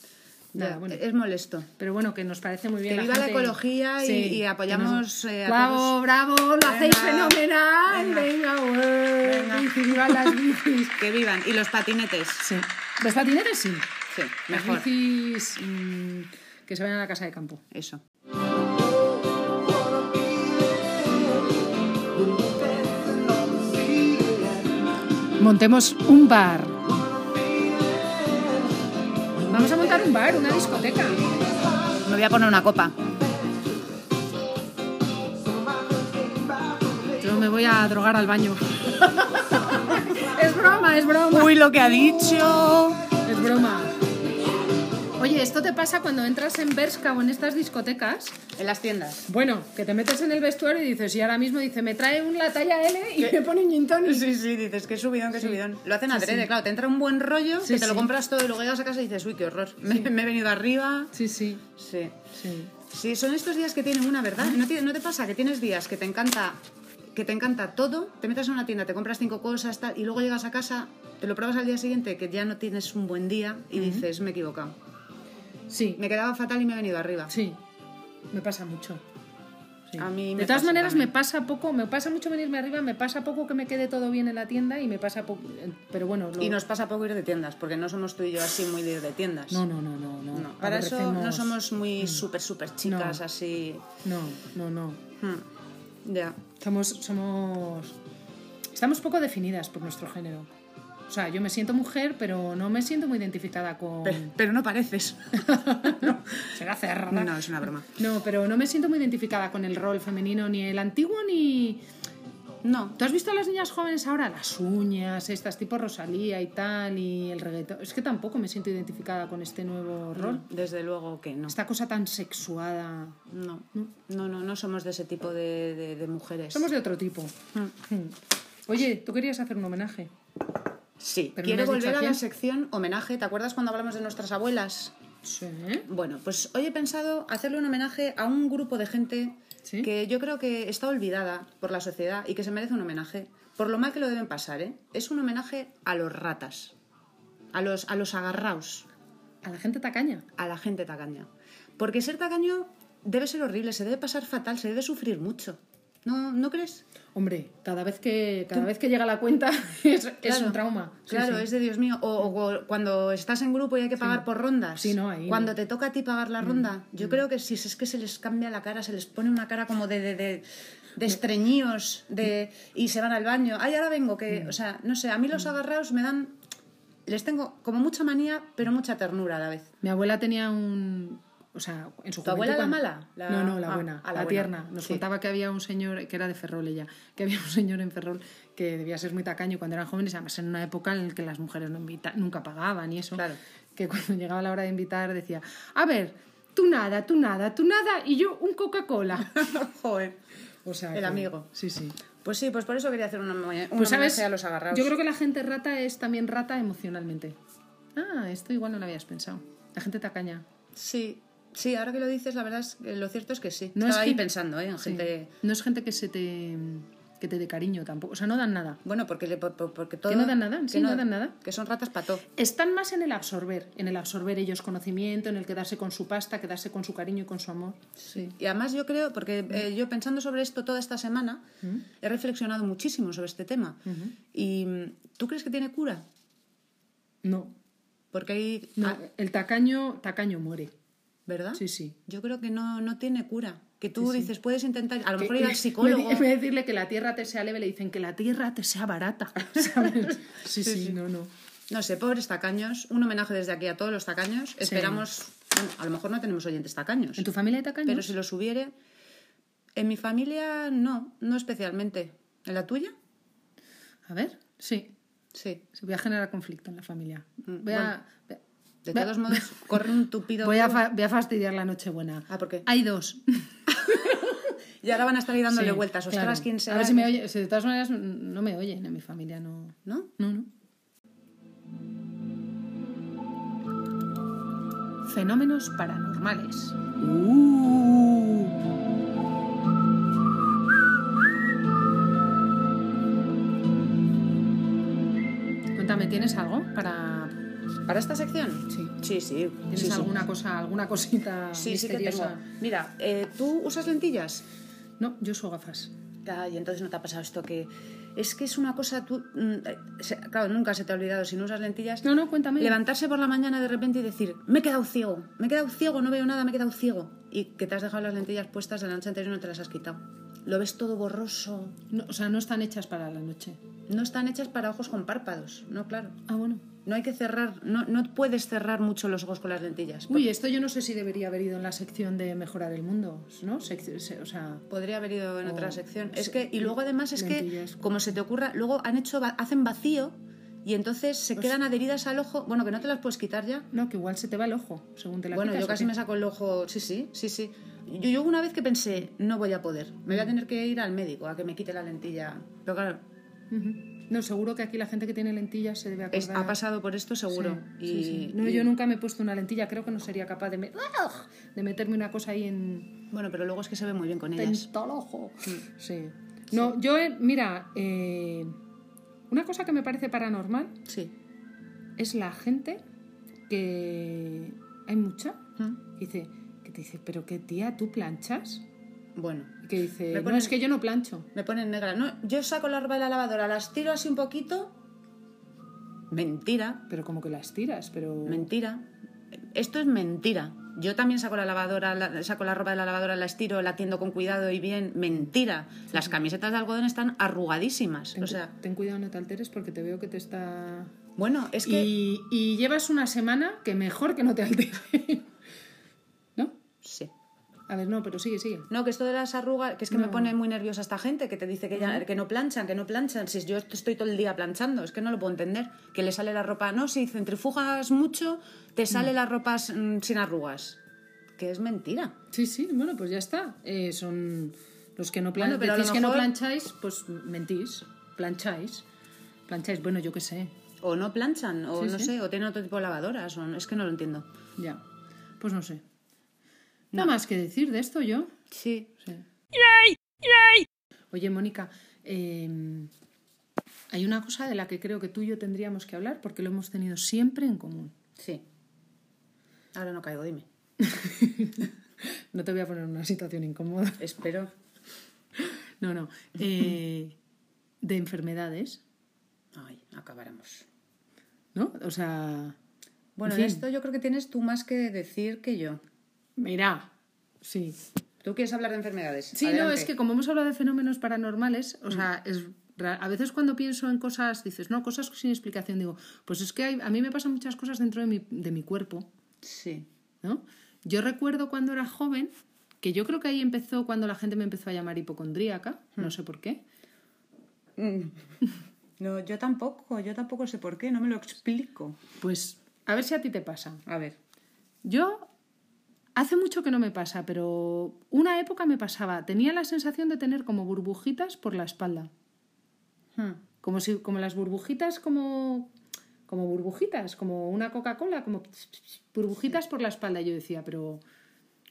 [SPEAKER 3] Nada,
[SPEAKER 4] Ya,
[SPEAKER 3] bueno.
[SPEAKER 4] Es molesto.
[SPEAKER 3] Pero bueno, que nos parece muy bien.
[SPEAKER 4] Que viva la
[SPEAKER 3] gente.
[SPEAKER 4] ecología y- y apoyamos,
[SPEAKER 3] que
[SPEAKER 4] eh, a
[SPEAKER 3] ¡Bravo,
[SPEAKER 4] todos.
[SPEAKER 3] bravo! ¡Lo hacéis
[SPEAKER 4] Venga,
[SPEAKER 3] fenomenal! Venga,
[SPEAKER 4] venga.
[SPEAKER 3] güey.
[SPEAKER 4] Venga.
[SPEAKER 3] Bici, ¡Viva las bicis!
[SPEAKER 4] Que vivan. Y los patinetes.
[SPEAKER 3] Sí. Los patinetes sí.
[SPEAKER 4] Sí, mejor.
[SPEAKER 3] Las bicis mm, que se vayan a la casa de campo.
[SPEAKER 4] Eso.
[SPEAKER 3] Montemos un bar. Vamos a montar un bar, una discoteca.
[SPEAKER 4] Me voy a poner una copa.
[SPEAKER 3] Yo me voy a drogar al baño. es broma, es broma.
[SPEAKER 4] Uy, lo que ha dicho.
[SPEAKER 3] Es broma. Oye, ¿esto te pasa cuando entras en Berska o en estas discotecas?
[SPEAKER 4] En las tiendas.
[SPEAKER 3] Bueno, que te metes en el vestuario y dices, y ahora mismo dice, me trae un la talla L y me pone un gin tonic".
[SPEAKER 4] Sí, sí, dices, qué subidón, qué subidón. Lo hacen adrede, claro, te entra un buen rollo,
[SPEAKER 3] Sí,
[SPEAKER 4] que te lo
[SPEAKER 3] sí.
[SPEAKER 4] compras todo y luego llegas a casa y dices, uy, qué horror, me, me he venido arriba.
[SPEAKER 3] Sí, sí,
[SPEAKER 4] Sí.
[SPEAKER 3] sí.
[SPEAKER 4] Sí, son estos días que tienen una, ¿verdad? ¿No te, no te pasa que tienes días que te encanta que te encanta todo, te metes a una tienda, te compras cinco cosas tal, y luego llegas a casa, te lo pruebas al día siguiente, que ya no tienes un buen día y dices, me he equivocado.
[SPEAKER 3] Sí,
[SPEAKER 4] Me quedaba fatal y me he venido arriba.
[SPEAKER 3] sí. Me pasa mucho.
[SPEAKER 4] A mí
[SPEAKER 3] De
[SPEAKER 4] me
[SPEAKER 3] todas
[SPEAKER 4] pasa
[SPEAKER 3] maneras,
[SPEAKER 4] también.
[SPEAKER 3] me pasa poco, me pasa mucho venirme arriba, me pasa poco que me quede todo bien en la tienda y me pasa poco. eh, Pero bueno, lo-
[SPEAKER 4] Y nos pasa poco ir de tiendas, porque no somos tú y yo así muy de ir de tiendas.
[SPEAKER 3] No, no, no, no. no,
[SPEAKER 4] No, para eso no
[SPEAKER 3] aborrecemos-
[SPEAKER 4] somos muy súper, súper chicas,
[SPEAKER 3] No.
[SPEAKER 4] así.
[SPEAKER 3] No, no, no.
[SPEAKER 4] Hmm. Ya.
[SPEAKER 3] Somos, somos. Estamos poco definidas por nuestro género. O sea, yo me siento mujer, pero no me siento muy identificada con.
[SPEAKER 4] Pero, pero no pareces. no.
[SPEAKER 3] Será cerrada.
[SPEAKER 4] no, es una broma.
[SPEAKER 3] No, pero no me siento muy identificada con el rol femenino, ni el antiguo, ni.
[SPEAKER 4] No.
[SPEAKER 3] ¿Tú has visto a las niñas jóvenes ahora? Las uñas, estas, tipo Rosalía y tal, y el reggaetón. Es que tampoco me siento identificada con este nuevo rol.
[SPEAKER 4] Desde luego que no.
[SPEAKER 3] Esta cosa tan sexuada.
[SPEAKER 4] No. No, no, no somos de ese tipo de, de- de mujeres.
[SPEAKER 3] Somos de otro tipo.
[SPEAKER 4] Ah,
[SPEAKER 3] Mm. Oye, tú querías hacer un homenaje.
[SPEAKER 4] Sí.
[SPEAKER 3] Pero no
[SPEAKER 4] Quiero
[SPEAKER 3] has dicho
[SPEAKER 4] volver
[SPEAKER 3] a
[SPEAKER 4] a la
[SPEAKER 3] quién.
[SPEAKER 4] sección homenaje. ¿Te acuerdas cuando hablamos de nuestras abuelas?
[SPEAKER 3] Sí.
[SPEAKER 4] Bueno, pues hoy he pensado hacerle un homenaje a un grupo de gente
[SPEAKER 3] ¿Sí?
[SPEAKER 4] que yo creo que está olvidada por la sociedad y que se merece un homenaje, por lo mal que lo deben pasar, ¿eh? Es un homenaje a los ratas, a los, a los agarraos,
[SPEAKER 3] A la gente tacaña.
[SPEAKER 4] a la gente tacaña. Porque ser tacaño debe ser horrible, se debe pasar fatal, se debe sufrir mucho. ¿No, ¿no crees?
[SPEAKER 3] Hombre, cada vez que, cada vez que llega la cuenta es, es
[SPEAKER 4] Claro.
[SPEAKER 3] un trauma. Sí,
[SPEAKER 4] claro,
[SPEAKER 3] sí.
[SPEAKER 4] es de Dios mío. O, o cuando estás en grupo y hay que pagar por rondas.
[SPEAKER 3] Sí, no, ahí no.
[SPEAKER 4] Cuando
[SPEAKER 3] Mm,
[SPEAKER 4] te toca a ti pagar la ronda. Yo creo que si es que se les cambia la cara, se les pone una cara como de, de, de, de estreñíos de, y se van al baño. Ay, ahora vengo.
[SPEAKER 3] Mm.
[SPEAKER 4] que O sea, no sé, a mí los agarrados me dan... Les tengo como mucha manía, pero mucha ternura a la vez.
[SPEAKER 3] Mi abuela tenía un. O sea, en su
[SPEAKER 4] ¿Tu abuela
[SPEAKER 3] juventud,
[SPEAKER 4] la
[SPEAKER 3] cuando-
[SPEAKER 4] mala? La-
[SPEAKER 3] No, no, la
[SPEAKER 4] Ah,
[SPEAKER 3] buena,
[SPEAKER 4] ah,
[SPEAKER 3] la,
[SPEAKER 4] la buena.
[SPEAKER 3] tierna. Nos
[SPEAKER 4] Sí.
[SPEAKER 3] contaba que había un señor, que era de Ferrol ella, que había un señor en Ferrol que debía ser muy tacaño cuando eran jóvenes, además en una época en la que las mujeres no invita- nunca pagaban y eso.
[SPEAKER 4] Claro.
[SPEAKER 3] Que cuando llegaba la hora de invitar decía: A ver, tú nada, tú nada, tú nada y yo un Coca-Cola.
[SPEAKER 4] Joder.
[SPEAKER 3] O sea.
[SPEAKER 4] El amigo.
[SPEAKER 3] Sí, sí.
[SPEAKER 4] Pues sí, pues por eso quería hacer un, homo- un
[SPEAKER 3] Pues sabes,
[SPEAKER 4] homenaje a los agarrados.
[SPEAKER 3] yo creo que la gente rata es también rata emocionalmente. Ah, esto igual no lo habías pensado. La gente tacaña.
[SPEAKER 4] Sí, sí, ahora que lo dices, la verdad es que lo cierto es que sí.
[SPEAKER 3] No
[SPEAKER 4] Estaba
[SPEAKER 3] es
[SPEAKER 4] ahí
[SPEAKER 3] gen-
[SPEAKER 4] pensando, ¿eh? En
[SPEAKER 3] Sí.
[SPEAKER 4] gente...
[SPEAKER 3] No es gente que se te que te dé cariño tampoco, o sea, no dan nada.
[SPEAKER 4] Bueno, porque, le, por- por- porque todo...
[SPEAKER 3] no dan nada, sí, no dan nada.
[SPEAKER 4] Que son ratas pató.
[SPEAKER 3] Están más en el absorber, en el absorber ellos conocimiento, en el quedarse con su pasta, quedarse con su cariño y con su amor. Sí.
[SPEAKER 4] Y además yo creo, porque eh, yo pensando sobre esto toda esta semana, he reflexionado muchísimo sobre este tema. ¿Y mm, tú crees que tiene cura?
[SPEAKER 3] No,
[SPEAKER 4] Porque hay...
[SPEAKER 3] no,
[SPEAKER 4] ah,
[SPEAKER 3] el tacaño, tacaño muere.
[SPEAKER 4] ¿Verdad?
[SPEAKER 3] Sí, sí.
[SPEAKER 4] Yo creo que no, no tiene cura. Que tú dices, puedes intentar, a lo mejor
[SPEAKER 3] Que-
[SPEAKER 4] ir al psicólogo.
[SPEAKER 3] En vez de decirle que la tierra te sea leve, le dicen que la tierra te sea barata. ¿sabes? Sí, sí, no, no.
[SPEAKER 4] No sé, pobres tacaños. Un homenaje desde aquí a todos los tacaños. Esperamos... bueno, a lo mejor no tenemos oyentes tacaños.
[SPEAKER 3] ¿En tu familia hay tacaños?
[SPEAKER 4] Pero si los hubiere. En mi familia no, no especialmente. ¿En la tuya?
[SPEAKER 3] A ver, sí.
[SPEAKER 4] Sí.
[SPEAKER 3] Sí, Voy a generar conflicto en la familia.
[SPEAKER 4] Mm,
[SPEAKER 3] Voy a,
[SPEAKER 4] De
[SPEAKER 3] Ve-
[SPEAKER 4] todos modos, corre un tupido.
[SPEAKER 3] voy a,
[SPEAKER 4] velo.
[SPEAKER 3] fa- voy a fastidiar la Nochebuena.
[SPEAKER 4] Ah, ¿por qué?
[SPEAKER 3] Hay dos.
[SPEAKER 4] Y ahora van a estar ahí dándole vueltas. Ostras,
[SPEAKER 3] claro.
[SPEAKER 4] ¿quién será?
[SPEAKER 3] A ver si me oye. O sea, de todas maneras, n- no me oyen en mi familia, no.
[SPEAKER 4] ¿No?
[SPEAKER 3] No, no. Fenómenos paranormales.
[SPEAKER 4] Uh.
[SPEAKER 3] Cuéntame, ¿tienes algo para
[SPEAKER 4] ¿Para esta sección?
[SPEAKER 3] Sí.
[SPEAKER 4] Sí, sí.
[SPEAKER 3] ¿Tienes
[SPEAKER 4] sí, sí.
[SPEAKER 3] alguna cosa, alguna cosita
[SPEAKER 4] Sí, sí que
[SPEAKER 3] misteriosa?
[SPEAKER 4] tengo. Mira, eh, ¿tú usas lentillas?
[SPEAKER 3] No, yo uso gafas.
[SPEAKER 4] y entonces no te ha pasado esto que... Es que es una cosa... Tú... mm, eh, se- Claro, nunca se te ha olvidado si no usas lentillas.
[SPEAKER 3] No, no, cuéntame.
[SPEAKER 4] Levantarse por la mañana de repente y decir, me he quedado ciego, me he quedado ciego, no veo nada, me he quedado ciego. Y que te has dejado las lentillas puestas de la noche anterior y no te las has quitado. Lo ves todo borroso.
[SPEAKER 3] No, o sea, no están hechas para la noche.
[SPEAKER 4] No están hechas para ojos con párpados, no, claro.
[SPEAKER 3] Ah, bueno.
[SPEAKER 4] No hay que cerrar, no, no puedes cerrar mucho los ojos con las lentillas.
[SPEAKER 3] Uy, esto yo no sé si debería haber ido en la sección de mejorar el mundo, ¿no? Sec- se- o sea,
[SPEAKER 4] Podría haber ido en
[SPEAKER 3] O-
[SPEAKER 4] otra sección. Es
[SPEAKER 3] Oh, sí,
[SPEAKER 4] que, y luego además es
[SPEAKER 3] lentillas.
[SPEAKER 4] que, como se te ocurra, luego han hecho, va- hacen vacío y entonces se
[SPEAKER 3] Pues
[SPEAKER 4] quedan adheridas al ojo. Bueno, que no te las puedes quitar ya.
[SPEAKER 3] no, que igual se te va el ojo, según te la
[SPEAKER 4] Bueno,
[SPEAKER 3] quitas,
[SPEAKER 4] yo
[SPEAKER 3] ¿o
[SPEAKER 4] casi
[SPEAKER 3] qué?
[SPEAKER 4] me saco el ojo. Sí, sí, sí, sí. Yo, yo una vez que pensé, no voy a poder. Me voy
[SPEAKER 3] Mm.
[SPEAKER 4] a tener que ir al médico a que me quite la lentilla. Pero claro,
[SPEAKER 3] Ujú. No, seguro que aquí la gente que tiene lentillas se debe acordar.
[SPEAKER 4] es- ha pasado por esto
[SPEAKER 3] Sí,
[SPEAKER 4] seguro.
[SPEAKER 3] sí,
[SPEAKER 4] y,
[SPEAKER 3] sí. No,
[SPEAKER 4] y-
[SPEAKER 3] yo nunca me he puesto una lentilla, creo que no sería capaz de, me- ¡Ugh! de meterme una cosa ahí en
[SPEAKER 4] Bueno, pero luego es que se ve muy bien con
[SPEAKER 3] en
[SPEAKER 4] ellas.
[SPEAKER 3] todo el ojo.
[SPEAKER 4] Mm.
[SPEAKER 3] Sí. No, yo, he- mira, eh, una cosa que me parece paranormal
[SPEAKER 4] Sí.
[SPEAKER 3] es la gente que hay mucha
[SPEAKER 4] Mm.
[SPEAKER 3] Mm. que dice que te dice pero qué tía tú planchas
[SPEAKER 4] Bueno,
[SPEAKER 3] Y que dice,
[SPEAKER 4] Me
[SPEAKER 3] no,
[SPEAKER 4] ponen-
[SPEAKER 3] es que yo no plancho.
[SPEAKER 4] me ponen negra. No, yo saco la ropa de la lavadora, las tiro así un poquito. Mentira,
[SPEAKER 3] Pero como que las tiras, pero...
[SPEAKER 4] mentira. Esto es mentira. Yo también saco la lavadora, la- saco la ropa de la lavadora, la estiro, la tiendo con cuidado y bien. Mentira. Las camisetas de algodón están arrugadísimas.
[SPEAKER 3] Ten,
[SPEAKER 4] O sea,
[SPEAKER 3] ten cuidado, no te alteres porque te veo que te está...
[SPEAKER 4] bueno, es que
[SPEAKER 3] Y, y llevas una semana que mejor que no te alteres. ¿No?
[SPEAKER 4] sí.
[SPEAKER 3] A ver, no, pero sigue, sigue.
[SPEAKER 4] No, que esto de las arrugas, que es que me pone muy nerviosa esta gente que te dice que, ya, que no planchan, que no planchan. Si yo estoy todo el día planchando, es que no lo puedo entender. Que le sale la ropa, no, si centrifugas mucho, te sale la ropa mm, sin arrugas. Que es mentira.
[SPEAKER 3] Sí, sí, bueno, pues ya está. Eh, son los que no plancháis.
[SPEAKER 4] Bueno, pero a lo
[SPEAKER 3] Decís que no
[SPEAKER 4] mejor-
[SPEAKER 3] plancháis, pues mentís. Plancháis. Plancháis, bueno, yo qué sé.
[SPEAKER 4] O no planchan, o
[SPEAKER 3] Sí,
[SPEAKER 4] no
[SPEAKER 3] sí.
[SPEAKER 4] sé, o tienen otro tipo de lavadoras, o no- es que no lo entiendo.
[SPEAKER 3] Ya. Pues no sé. Nada más que decir de esto yo.
[SPEAKER 4] Sí.
[SPEAKER 3] Sí. Oye, Mónica, eh, hay una cosa de la que creo que tú y yo tendríamos que hablar porque lo hemos tenido siempre en común.
[SPEAKER 4] Sí. Ahora no caigo, dime.
[SPEAKER 3] No te voy a poner en una situación incómoda.
[SPEAKER 4] Espero.
[SPEAKER 3] No, no. Eh, de enfermedades,
[SPEAKER 4] Ay, acabáramos.
[SPEAKER 3] ¿no? O sea.
[SPEAKER 4] Bueno,
[SPEAKER 3] en
[SPEAKER 4] en
[SPEAKER 3] fin.
[SPEAKER 4] esto yo creo que tienes tú más que decir que yo.
[SPEAKER 3] Mira, sí.
[SPEAKER 4] ¿Tú quieres hablar de enfermedades?
[SPEAKER 3] Sí, no,
[SPEAKER 4] Adelante.
[SPEAKER 3] es que como hemos hablado de fenómenos paranormales, o sea, es ra- a veces cuando pienso en cosas, dices, no, cosas sin explicación, digo, pues es que hay- a mí me pasan muchas cosas dentro de mi, de mi cuerpo,
[SPEAKER 4] Sí.
[SPEAKER 3] ¿no? Yo recuerdo cuando era joven, que yo creo que ahí empezó cuando la gente me empezó a llamar hipocondríaca,
[SPEAKER 4] Hmm.
[SPEAKER 3] no sé por qué.
[SPEAKER 4] No, yo tampoco, yo tampoco sé por qué, no me lo explico.
[SPEAKER 3] Pues a ver si a ti te pasa.
[SPEAKER 4] A ver.
[SPEAKER 3] Yo hace mucho que no me pasa, pero una época me pasaba. Tenía la sensación de tener como burbujitas por la espalda.
[SPEAKER 4] Hmm.
[SPEAKER 3] Como si, como las burbujitas, como. como burbujitas, como una Coca-Cola, como burbujitas por la espalda. Yo decía, pero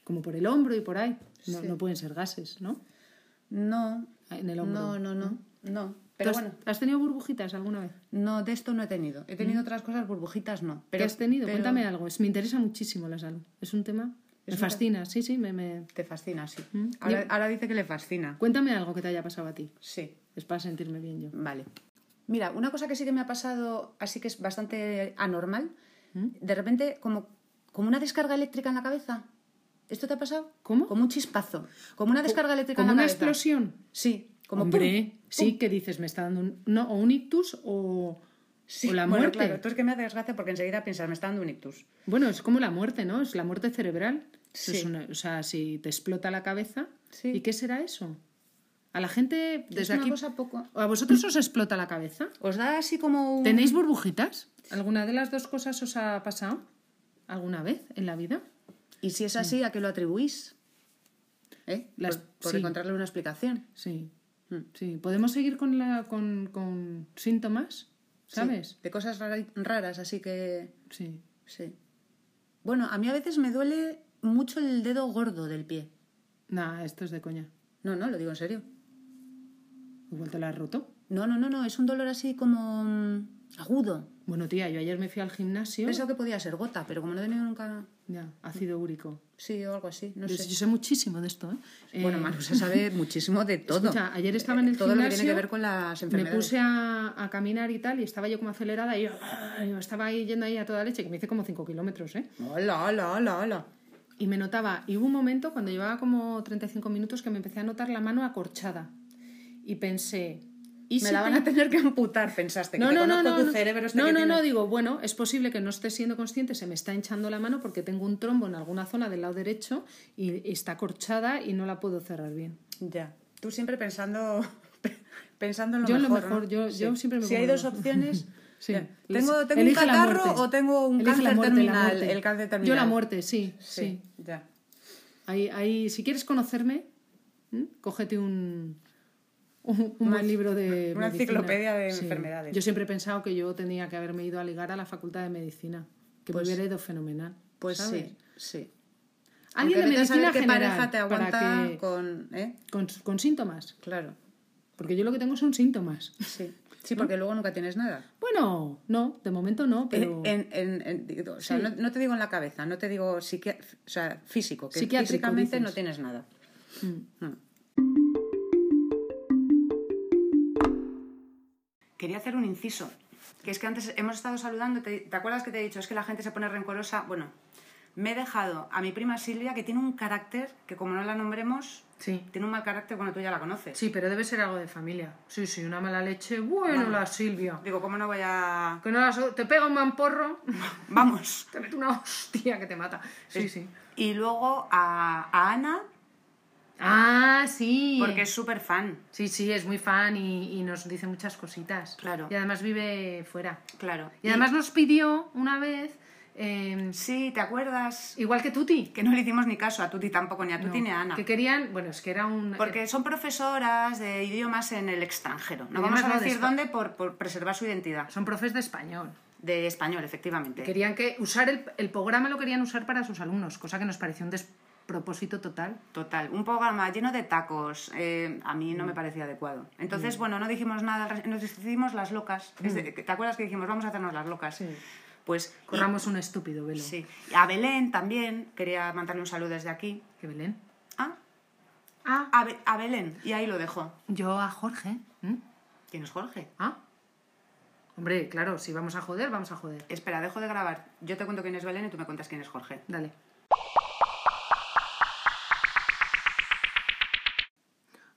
[SPEAKER 3] como por el hombro y por ahí. No, no pueden ser gases, ¿no?
[SPEAKER 4] No.
[SPEAKER 3] En el hombro.
[SPEAKER 4] No, no, no, no. Pero
[SPEAKER 3] ¿Tú has-
[SPEAKER 4] bueno,
[SPEAKER 3] ¿Has tenido burbujitas alguna vez?
[SPEAKER 4] no, de esto no he tenido. He tenido otras cosas, burbujitas no. Pero,
[SPEAKER 3] ¿Qué has tenido?
[SPEAKER 4] pero-
[SPEAKER 3] Cuéntame algo. Es- me interesa muchísimo la salud. Es un tema. me fascina, sí, sí, me, me-
[SPEAKER 4] Te fascina, sí.
[SPEAKER 3] Mm.
[SPEAKER 4] Ahora,
[SPEAKER 3] Yo-
[SPEAKER 4] ahora dice que le fascina.
[SPEAKER 3] Cuéntame algo que te haya pasado a ti.
[SPEAKER 4] Sí.
[SPEAKER 3] Es para sentirme bien yo.
[SPEAKER 4] Vale. Mira, una cosa que sí que me ha pasado, así que es bastante anormal, de repente como, como una descarga eléctrica en la cabeza. ¿Esto te ha pasado?
[SPEAKER 3] ¿Cómo?
[SPEAKER 4] Como un chispazo. Como una descarga eléctrica
[SPEAKER 3] Como
[SPEAKER 4] en
[SPEAKER 3] una
[SPEAKER 4] la cabeza.
[SPEAKER 3] explosión.
[SPEAKER 4] Sí. Como
[SPEAKER 3] Hombre,
[SPEAKER 4] pum,
[SPEAKER 3] sí que dices, me está dando un, no, o un ictus o,
[SPEAKER 4] Sí,
[SPEAKER 3] o la
[SPEAKER 4] bueno,
[SPEAKER 3] muerte.
[SPEAKER 4] claro, tú es que me haces gracia porque enseguida piensas, me está dando un ictus.
[SPEAKER 3] Bueno, es como la muerte, ¿no? Es la muerte cerebral. Eso
[SPEAKER 4] Sí.
[SPEAKER 3] es una- o sea, si te explota la cabeza.
[SPEAKER 4] Sí.
[SPEAKER 3] ¿Y qué será eso? A la gente desde
[SPEAKER 4] es una
[SPEAKER 3] aquí.
[SPEAKER 4] cosa poco...
[SPEAKER 3] ¿A vosotros os explota la cabeza?
[SPEAKER 4] Os da así como un...
[SPEAKER 3] ¿Tenéis burbujitas? ¿Alguna de las dos cosas os ha pasado alguna vez en la vida?
[SPEAKER 4] Y si
[SPEAKER 3] Mm.
[SPEAKER 4] es así, ¿a qué lo atribuís? ¿Eh?
[SPEAKER 3] Las-
[SPEAKER 4] Por, por
[SPEAKER 3] Pues sí.
[SPEAKER 4] encontrarle una explicación.
[SPEAKER 3] Sí.
[SPEAKER 4] Hmm.
[SPEAKER 3] Sí. ¿Podemos seguir con, la, con, con síntomas?
[SPEAKER 4] Sí,
[SPEAKER 3] ¿Sabes?
[SPEAKER 4] de cosas rara- raras, así que...
[SPEAKER 3] Sí.
[SPEAKER 4] Sí. Bueno, a mí a veces me duele mucho el dedo gordo del pie.
[SPEAKER 3] Nah, esto es de coña.
[SPEAKER 4] No, no, lo digo en serio.
[SPEAKER 3] Igual te la has roto.
[SPEAKER 4] No, no, no, no, es un dolor así como mm, agudo.
[SPEAKER 3] Bueno, tía, yo ayer me fui al gimnasio.
[SPEAKER 4] Pensaba que podía ser gota, pero como no he tenido nunca...
[SPEAKER 3] Ya, ácido úrico.
[SPEAKER 4] Sí, o algo así, Hmm. no
[SPEAKER 3] yo,
[SPEAKER 4] sé.
[SPEAKER 3] yo sé muchísimo de esto, ¿eh?
[SPEAKER 4] Bueno,
[SPEAKER 3] Eh,
[SPEAKER 4] Manu se sabe muchísimo de todo. Eh,
[SPEAKER 3] escucha, ayer estaba en el
[SPEAKER 4] Todo lo que tiene
[SPEAKER 3] gimnasio,
[SPEAKER 4] que ver con las
[SPEAKER 3] Me
[SPEAKER 4] enfermedades.
[SPEAKER 3] puse a, a caminar y tal, y estaba yo como acelerada, y yo, ay, estaba ahí yendo ahí a toda leche, que me hice como 5 kilómetros, ¿eh?
[SPEAKER 4] Hola, hola, hola, hola.
[SPEAKER 3] Y me notaba, y hubo un momento cuando llevaba como 35 minutos que me empecé a notar la mano acorchada. Y pensé, ¿y
[SPEAKER 4] Me
[SPEAKER 3] si
[SPEAKER 4] la van
[SPEAKER 3] te-
[SPEAKER 4] a tener que amputar, pensaste.
[SPEAKER 3] No,
[SPEAKER 4] que
[SPEAKER 3] no,
[SPEAKER 4] te
[SPEAKER 3] no,
[SPEAKER 4] conozco
[SPEAKER 3] no,
[SPEAKER 4] tu
[SPEAKER 3] no.
[SPEAKER 4] cerebro este
[SPEAKER 3] no,
[SPEAKER 4] que
[SPEAKER 3] no,
[SPEAKER 4] tiene.
[SPEAKER 3] no, digo, bueno, es posible que no esté siendo consciente, se me está hinchando la mano porque tengo un trombo en alguna zona del lado derecho y está corchada y no la puedo cerrar bien.
[SPEAKER 4] Ya. Tú siempre pensando, pensando en lo
[SPEAKER 3] Yo en lo
[SPEAKER 4] mejor.
[SPEAKER 3] mejor,
[SPEAKER 4] ¿no?
[SPEAKER 3] yo- yo siempre me
[SPEAKER 4] Si hay
[SPEAKER 3] pongo
[SPEAKER 4] dos
[SPEAKER 3] lo mejor.
[SPEAKER 4] opciones.
[SPEAKER 3] Sí.
[SPEAKER 4] ya. Tengo, tengo un
[SPEAKER 3] Eh, Elige la
[SPEAKER 4] catarro
[SPEAKER 3] muerte.
[SPEAKER 4] o tengo un
[SPEAKER 3] Elige la
[SPEAKER 4] cáncer
[SPEAKER 3] muerte, la
[SPEAKER 4] terminal.
[SPEAKER 3] muerte.
[SPEAKER 4] El cáncer terminal.
[SPEAKER 3] Yo la muerte, sí, sí.
[SPEAKER 4] Sí, ya.
[SPEAKER 3] Ahí, ahí, si quieres conocerme, ¿m? cógete un, un, un buen libro de medicina.
[SPEAKER 4] una enciclopedia de enfermedades.
[SPEAKER 3] Yo siempre he pensado que yo tenía que haberme ido a ligar a la facultad de medicina, que
[SPEAKER 4] Pues-
[SPEAKER 3] me hubiera ido fenomenal.
[SPEAKER 4] Pues
[SPEAKER 3] ¿sabes?
[SPEAKER 4] sí, sí.
[SPEAKER 3] Alguien de
[SPEAKER 4] Aunque vete a
[SPEAKER 3] medicina
[SPEAKER 4] saber qué
[SPEAKER 3] general
[SPEAKER 4] pareja te
[SPEAKER 3] para
[SPEAKER 4] aguanta
[SPEAKER 3] que-
[SPEAKER 4] con... ¿eh?
[SPEAKER 3] con, con síntomas,
[SPEAKER 4] Claro,
[SPEAKER 3] porque yo lo que tengo son síntomas.
[SPEAKER 4] sí. Sí, porque luego nunca tienes nada.
[SPEAKER 3] Bueno, no, de momento no, pero
[SPEAKER 4] En- en- en- digo, o sea,
[SPEAKER 3] Sí.
[SPEAKER 4] no, no te digo en la cabeza, no te digo psiqui- o sea, físico, que
[SPEAKER 3] Psiquiátrico,
[SPEAKER 4] físicamente
[SPEAKER 3] dices. Mm.
[SPEAKER 4] no tienes nada. Mm. Quería hacer un inciso, que es que antes hemos estado saludando, ¿te, te acuerdas que te he dicho? Es que la gente se pone rencorosa. Bueno, me he dejado a mi prima Silvia, que tiene un carácter que como no la nombremos,
[SPEAKER 3] Sí.
[SPEAKER 4] tiene un mal carácter, bueno, tú ya la conoces.
[SPEAKER 3] Sí, pero debe ser algo de familia. Sí, sí, una mala leche. Bueno,
[SPEAKER 4] Ah.
[SPEAKER 3] la Silvia.
[SPEAKER 4] Digo, ¿cómo no voy a...?
[SPEAKER 3] Que no la so- te pega un mamporro,
[SPEAKER 4] Vamos.
[SPEAKER 3] te mete una hostia que te mata. Sí, sí.
[SPEAKER 4] Y luego a, a Ana,
[SPEAKER 3] Ah, sí.
[SPEAKER 4] porque es súper fan.
[SPEAKER 3] Sí, sí, es muy fan y, y nos dice muchas cositas.
[SPEAKER 4] Claro.
[SPEAKER 3] Y además vive fuera.
[SPEAKER 4] Claro.
[SPEAKER 3] Y además nos pidió una vez, eh,
[SPEAKER 4] Sí, ¿te acuerdas?
[SPEAKER 3] igual que Tuti.
[SPEAKER 4] Que no le hicimos ni caso a Tuti tampoco, ni a Tuti
[SPEAKER 3] No,
[SPEAKER 4] ni a Ana.
[SPEAKER 3] Que querían, bueno, es que era un... eh,
[SPEAKER 4] Porque son profesoras de idiomas en el extranjero. No
[SPEAKER 3] Y
[SPEAKER 4] vamos
[SPEAKER 3] además
[SPEAKER 4] a
[SPEAKER 3] no de
[SPEAKER 4] decir
[SPEAKER 3] Espa-
[SPEAKER 4] dónde por, por preservar su identidad.
[SPEAKER 3] Son profes de español.
[SPEAKER 4] De español, efectivamente.
[SPEAKER 3] Querían que usar el, el programa lo querían usar para sus alumnos, cosa que nos pareció un despropósito total.
[SPEAKER 4] Total, un programa lleno de tacos. eh, a mí
[SPEAKER 3] Mm.
[SPEAKER 4] no me parecía adecuado. Entonces, bueno, no dijimos nada, al res- nos hicimos las locas. Es de- ¿Te acuerdas que dijimos, vamos a hacernos las locas?
[SPEAKER 3] Mm. Sí.
[SPEAKER 4] Pues y-
[SPEAKER 3] Corramos un estúpido velo.
[SPEAKER 4] sí. Y a Belén también, quería mandarle un saludo desde aquí.
[SPEAKER 3] Que Belén.
[SPEAKER 4] Ah,
[SPEAKER 3] Ah,
[SPEAKER 4] a, Be- a Belén, y ahí lo dejó.
[SPEAKER 3] yo a Jorge. ¿m?
[SPEAKER 4] ¿Quién es Jorge?
[SPEAKER 3] Ah. Hombre, claro, si vamos a joder, vamos a joder.
[SPEAKER 4] Espera, dejo de grabar. Yo te cuento quién es Belén y tú me cuentas quién es Jorge.
[SPEAKER 3] Dale.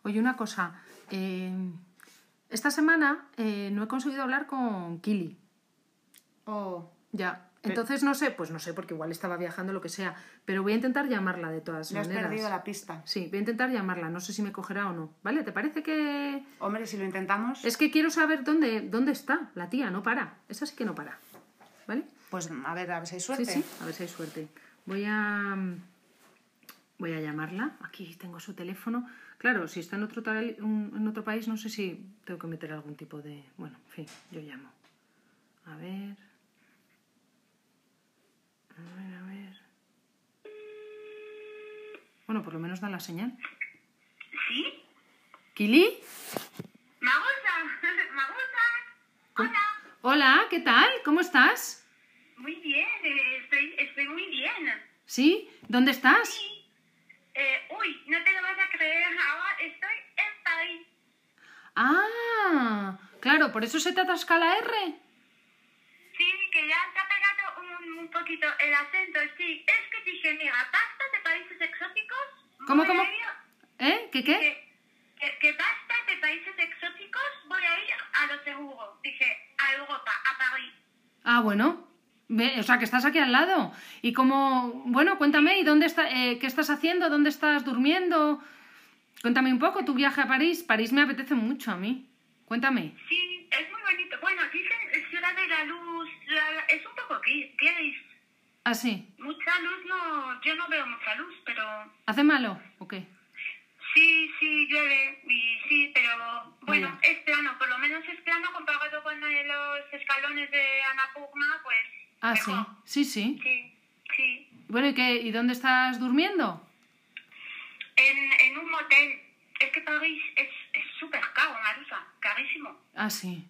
[SPEAKER 3] Oye, una cosa. eh, esta semana eh, no he conseguido hablar con Kili.
[SPEAKER 4] Oh,
[SPEAKER 3] Ya. Entonces no sé, pues no sé, porque igual estaba viajando lo que sea. Pero voy a intentar llamarla de todas
[SPEAKER 4] le has
[SPEAKER 3] maneras.
[SPEAKER 4] perdido la pista.
[SPEAKER 3] Sí, voy a intentar llamarla. No sé si me cogerá o no. ¿Vale? ¿Te parece que.?
[SPEAKER 4] Hombre, si lo intentamos,
[SPEAKER 3] Es que quiero saber dónde, dónde está la tía. No para. Esa sí que no para. ¿Vale?
[SPEAKER 4] pues a ver, a ver si hay suerte.
[SPEAKER 3] Sí, sí, a ver si hay suerte. Voy a mm, voy a llamarla. Aquí tengo su teléfono. Claro, si está en otro tal- un- en otro país, no sé si tengo que meter algún tipo de, bueno, en fin, yo llamo. A ver. A ver, a ver. Bueno, por lo menos da la señal. ¿Sí? ¿Kili?
[SPEAKER 8] Magusa, Magusa,
[SPEAKER 3] Hola, ¿qué tal? ¿Cómo estás?
[SPEAKER 8] muy bien, eh, estoy, estoy muy bien.
[SPEAKER 3] ¿Sí? ¿Dónde estás?
[SPEAKER 8] Eh, uy, no te lo vas a creer, ahora estoy en París.
[SPEAKER 3] Ah, claro, por eso se te atasca la R.
[SPEAKER 8] Sí, que ya te ha pegado un, un poquito el acento, sí. Es que dije, mira, basta de países exóticos.
[SPEAKER 3] ¿Cómo,
[SPEAKER 8] voy a
[SPEAKER 3] cómo?
[SPEAKER 8] ir-
[SPEAKER 3] ¿Eh? ¿Qué qué?
[SPEAKER 8] Que, que, que basta de países exóticos, voy a ir a lo seguro. Dije, a Europa, a París.
[SPEAKER 3] Ah, bueno. Ve, o sea, que estás aquí al lado. Y cómo, bueno, cuéntame, ¿y dónde está, eh, qué estás haciendo? ¿Dónde estás durmiendo? Cuéntame un poco tu viaje a París. París me apetece mucho a mí. Cuéntame.
[SPEAKER 8] Sí, es muy bonito. Bueno, dicen eh, Ciudad de la Luz, ciudad- es un poco gris, gris.
[SPEAKER 3] Ah, sí.
[SPEAKER 8] Mucha luz no, yo no veo mucha luz, pero
[SPEAKER 3] ¿Hace malo o qué?
[SPEAKER 8] sí, sí, llueve, y sí, pero bueno,
[SPEAKER 3] Bueno.
[SPEAKER 8] es plano, por lo menos es plano comparado con eh, los escalones de Anapurna, pues
[SPEAKER 3] Ah, sí.
[SPEAKER 8] mejor.
[SPEAKER 3] Sí, sí.
[SPEAKER 8] Sí, sí.
[SPEAKER 3] Bueno, ¿y qué? ¿Y dónde estás durmiendo?
[SPEAKER 8] En, en un motel, es que París es es súper caro, Marusa, carísimo.
[SPEAKER 3] Ah, sí.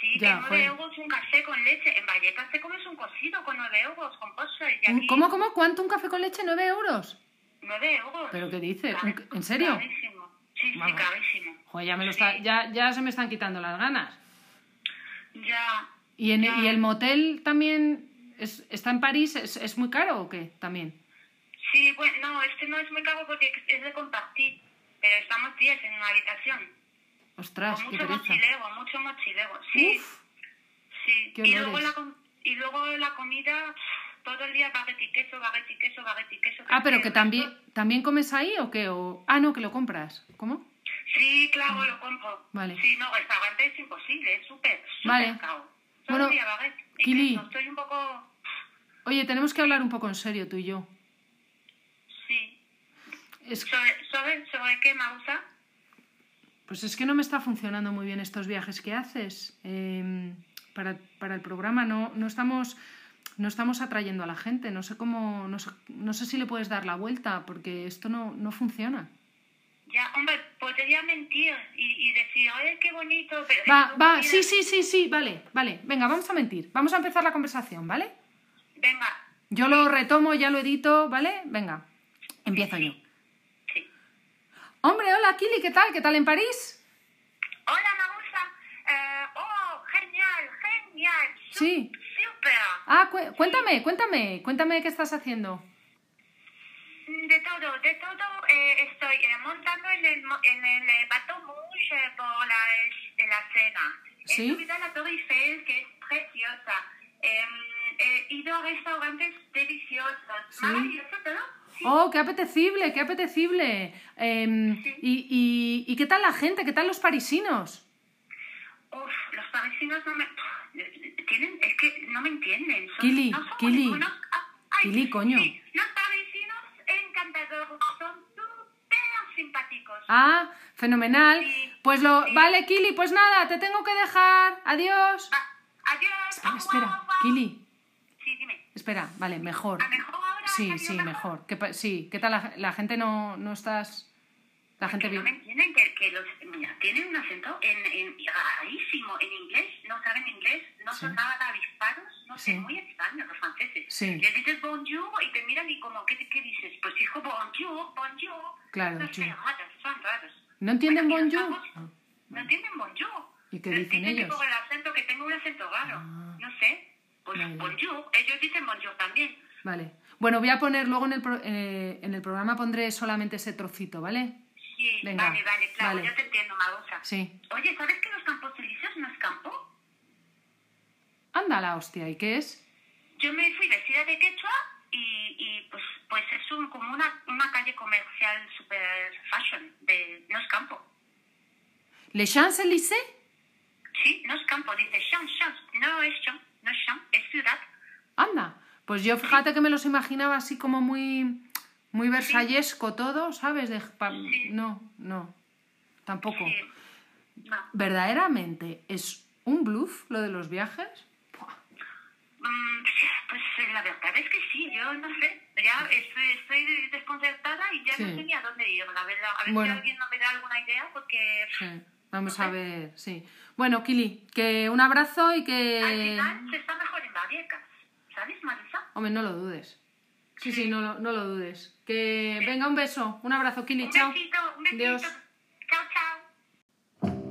[SPEAKER 8] Sí,
[SPEAKER 3] Ya,
[SPEAKER 8] que 9
[SPEAKER 3] joder.
[SPEAKER 8] euros un café con leche, en Vallecas te comes un cocido con 9 euros, con postre, y aquí
[SPEAKER 3] ¿Cómo, cómo? ¿Cuánto un café con leche? ¿Nueve euros?
[SPEAKER 8] 9 euros.
[SPEAKER 3] ¿Pero qué dices?
[SPEAKER 8] Cari-
[SPEAKER 3] ¿Un- en serio?
[SPEAKER 8] Carísimo, sí, sí,
[SPEAKER 3] Vamos.
[SPEAKER 8] carísimo.
[SPEAKER 3] Joder, ya, me lo está, ya, ya se me están quitando las ganas.
[SPEAKER 8] Ya,
[SPEAKER 3] ¿Y, en, y el motel también es- está en París? ¿Es, es muy caro o qué? También.
[SPEAKER 8] sí, bueno, no, este no es muy caro porque es de compartir, pero estamos 10 en una habitación.
[SPEAKER 3] Ostras,
[SPEAKER 8] con
[SPEAKER 3] Ah, qué
[SPEAKER 8] mucho
[SPEAKER 3] pereza.
[SPEAKER 8] mochileo, mucho mochileo. Sí, sí.
[SPEAKER 3] qué
[SPEAKER 8] y, luego
[SPEAKER 3] olores.
[SPEAKER 8] la, com- y luego la comida, todo el día baguette y queso, baguette y queso, baguette y queso.
[SPEAKER 3] Ah, pero
[SPEAKER 8] es
[SPEAKER 3] que también, también comes ahí o qué? O... Ah, no, que lo compras. ¿Cómo?
[SPEAKER 8] Sí, claro, lo compro.
[SPEAKER 3] Vale.
[SPEAKER 8] Sí, no, restaurante es imposible, es súper, súper
[SPEAKER 3] Vale.
[SPEAKER 8] caro. Todo
[SPEAKER 3] Bueno,
[SPEAKER 8] el día baguette y
[SPEAKER 3] Kili.
[SPEAKER 8] queso. Estoy un poco...
[SPEAKER 3] Oye, tenemos que hablar un poco en serio tú y yo.
[SPEAKER 8] Sí.
[SPEAKER 3] Es,
[SPEAKER 8] ¿Sobre, sobre, sobre qué, Mausa?
[SPEAKER 3] pues es que no me está funcionando muy bien estos viajes que haces eh, para, para el programa. No, no estamos... No estamos atrayendo a la gente, no sé cómo, no sé, no sé si le puedes dar la vuelta, porque esto no, no funciona.
[SPEAKER 8] Ya, hombre, podría mentir y, y decir, ¡ay, qué bonito! Pero
[SPEAKER 3] Va,
[SPEAKER 8] luego
[SPEAKER 3] va,
[SPEAKER 8] mira,
[SPEAKER 3] sí, sí, sí, sí, vale, vale. Venga, vamos a mentir. Vamos a empezar la conversación, ¿vale?
[SPEAKER 8] Venga,
[SPEAKER 3] Yo lo retomo, ya lo edito, ¿vale? Venga, empiezo yo.
[SPEAKER 8] sí.
[SPEAKER 3] Hola, Kili, ¿qué tal? ¿Qué tal en París?
[SPEAKER 8] Hola, Magusa. Eh, oh, genial, genial. Su-
[SPEAKER 3] Sí.
[SPEAKER 8] Súper.
[SPEAKER 3] Ah, cu- cuéntame, cuéntame, cuéntame qué estás haciendo.
[SPEAKER 8] Mm, De todo, de todo. eh, estoy eh, montando en el, mo- en el eh, bateau mouche eh, por la, eh, la cena.
[SPEAKER 3] Sí.
[SPEAKER 8] He subido a la Torre Eiffel, que es preciosa. Em, he ido a restaurantes deliciosos. Maravilloso todo. Sí.
[SPEAKER 3] Oh, qué apetecible, qué apetecible. Em, y, y- ¿Y qué tal la gente? ¿Qué tal los parisinos?
[SPEAKER 8] Uf, los parisinos no me... Tienen, es que no me entienden. Son,
[SPEAKER 3] Kili,
[SPEAKER 8] no son
[SPEAKER 3] Kili.
[SPEAKER 8] unos- ah, ay,
[SPEAKER 3] Kili, coño.
[SPEAKER 8] sí, los parisinos encantadores son súper simpáticos.
[SPEAKER 3] Ah, fenomenal.
[SPEAKER 8] Sí,
[SPEAKER 3] Pues lo...
[SPEAKER 8] sí.
[SPEAKER 3] Vale, Kili, pues nada, te tengo que dejar. Adiós.
[SPEAKER 8] Va, Ah, adiós.
[SPEAKER 3] Espera,
[SPEAKER 8] au
[SPEAKER 3] espera.
[SPEAKER 8] revoir.
[SPEAKER 3] Kili,
[SPEAKER 8] Sí, dime.
[SPEAKER 3] espera. Vale, mejor.
[SPEAKER 8] ¿A mejor ahora?
[SPEAKER 3] Sí,
[SPEAKER 8] ¿Ha
[SPEAKER 3] sí,
[SPEAKER 8] salido
[SPEAKER 3] mejor. ¿Qué pa- sí, ¿qué tal la, la gente no, no estás... La gente
[SPEAKER 8] Que no me
[SPEAKER 3] vive...
[SPEAKER 8] entienden, que, que los... Mira, tienen un acento en, en, rarísimo en inglés, no saben inglés, no son
[SPEAKER 3] Sí.
[SPEAKER 8] nada avispados, no
[SPEAKER 3] Sí.
[SPEAKER 8] sé, muy extraños los franceses.
[SPEAKER 3] Sí.
[SPEAKER 8] Les dices bonjour y te miran y como, ¿qué, qué dices? Pues hijo, bonjour, bonjour.
[SPEAKER 3] Claro,
[SPEAKER 8] No sé,
[SPEAKER 3] sí.
[SPEAKER 8] raros, son raros.
[SPEAKER 3] ¿No entienden
[SPEAKER 8] Bueno, y los
[SPEAKER 3] bonjour? Ah,
[SPEAKER 8] pavos No entienden bonjour.
[SPEAKER 3] ¿Y qué
[SPEAKER 8] Les
[SPEAKER 3] dicen
[SPEAKER 8] que
[SPEAKER 3] ellos?
[SPEAKER 8] por el acento, que tengo un acento raro,
[SPEAKER 3] Ah.
[SPEAKER 8] no sé. Pues
[SPEAKER 3] Vale.
[SPEAKER 8] bonjour, ellos dicen bonjour también.
[SPEAKER 3] Vale. Bueno, voy a poner luego en el, pro- eh, en el programa pondré solamente ese trocito, ¿vale?
[SPEAKER 8] Sí,
[SPEAKER 3] Venga,
[SPEAKER 8] vale, vale, claro,
[SPEAKER 3] vale.
[SPEAKER 8] yo te entiendo, Magosa.
[SPEAKER 3] Sí.
[SPEAKER 8] Oye, ¿sabes que los campos elíseos no es campo?
[SPEAKER 3] Anda la hostia, ¿y qué es?
[SPEAKER 8] Yo me fui vestida de quechua y, y pues, pues es un, como una, una calle comercial super fashion, de, no es campo.
[SPEAKER 3] ¿Les Champs-Élysées?
[SPEAKER 8] Sí, no es campo, dice champs, champs, no es champs, no es champs, es ciudad.
[SPEAKER 3] Anda. Pues yo fíjate que me los imaginaba así como muy muy versallesco todo, ¿sabes? De- pa-
[SPEAKER 8] Sí.
[SPEAKER 3] No, no. Tampoco.
[SPEAKER 8] Sí. No.
[SPEAKER 3] ¿Verdaderamente es un bluff lo de los viajes? Buah.
[SPEAKER 8] Mm, Pues eh, la verdad es que sí, yo no sé, ya estoy, estoy desconcertada y ya
[SPEAKER 3] Sí.
[SPEAKER 8] no sé ni a dónde ir, la verdad. A ver
[SPEAKER 3] Bueno.
[SPEAKER 8] si alguien me da alguna idea porque...
[SPEAKER 3] Sí. Vamos
[SPEAKER 8] No
[SPEAKER 3] a
[SPEAKER 8] sé.
[SPEAKER 3] ver, sí. Bueno, Kili, que un abrazo y
[SPEAKER 8] Al
[SPEAKER 3] que...
[SPEAKER 8] final se está mejor en Vallecas, ¿sabes, Marisa?
[SPEAKER 3] Hombre, no lo dudes. Sí, sí, no, lo- no lo dudes. Que venga, un beso, un abrazo, Kili,
[SPEAKER 8] Un
[SPEAKER 3] chao.
[SPEAKER 8] besito, un besito.
[SPEAKER 3] Adiós.
[SPEAKER 8] Chao, chao.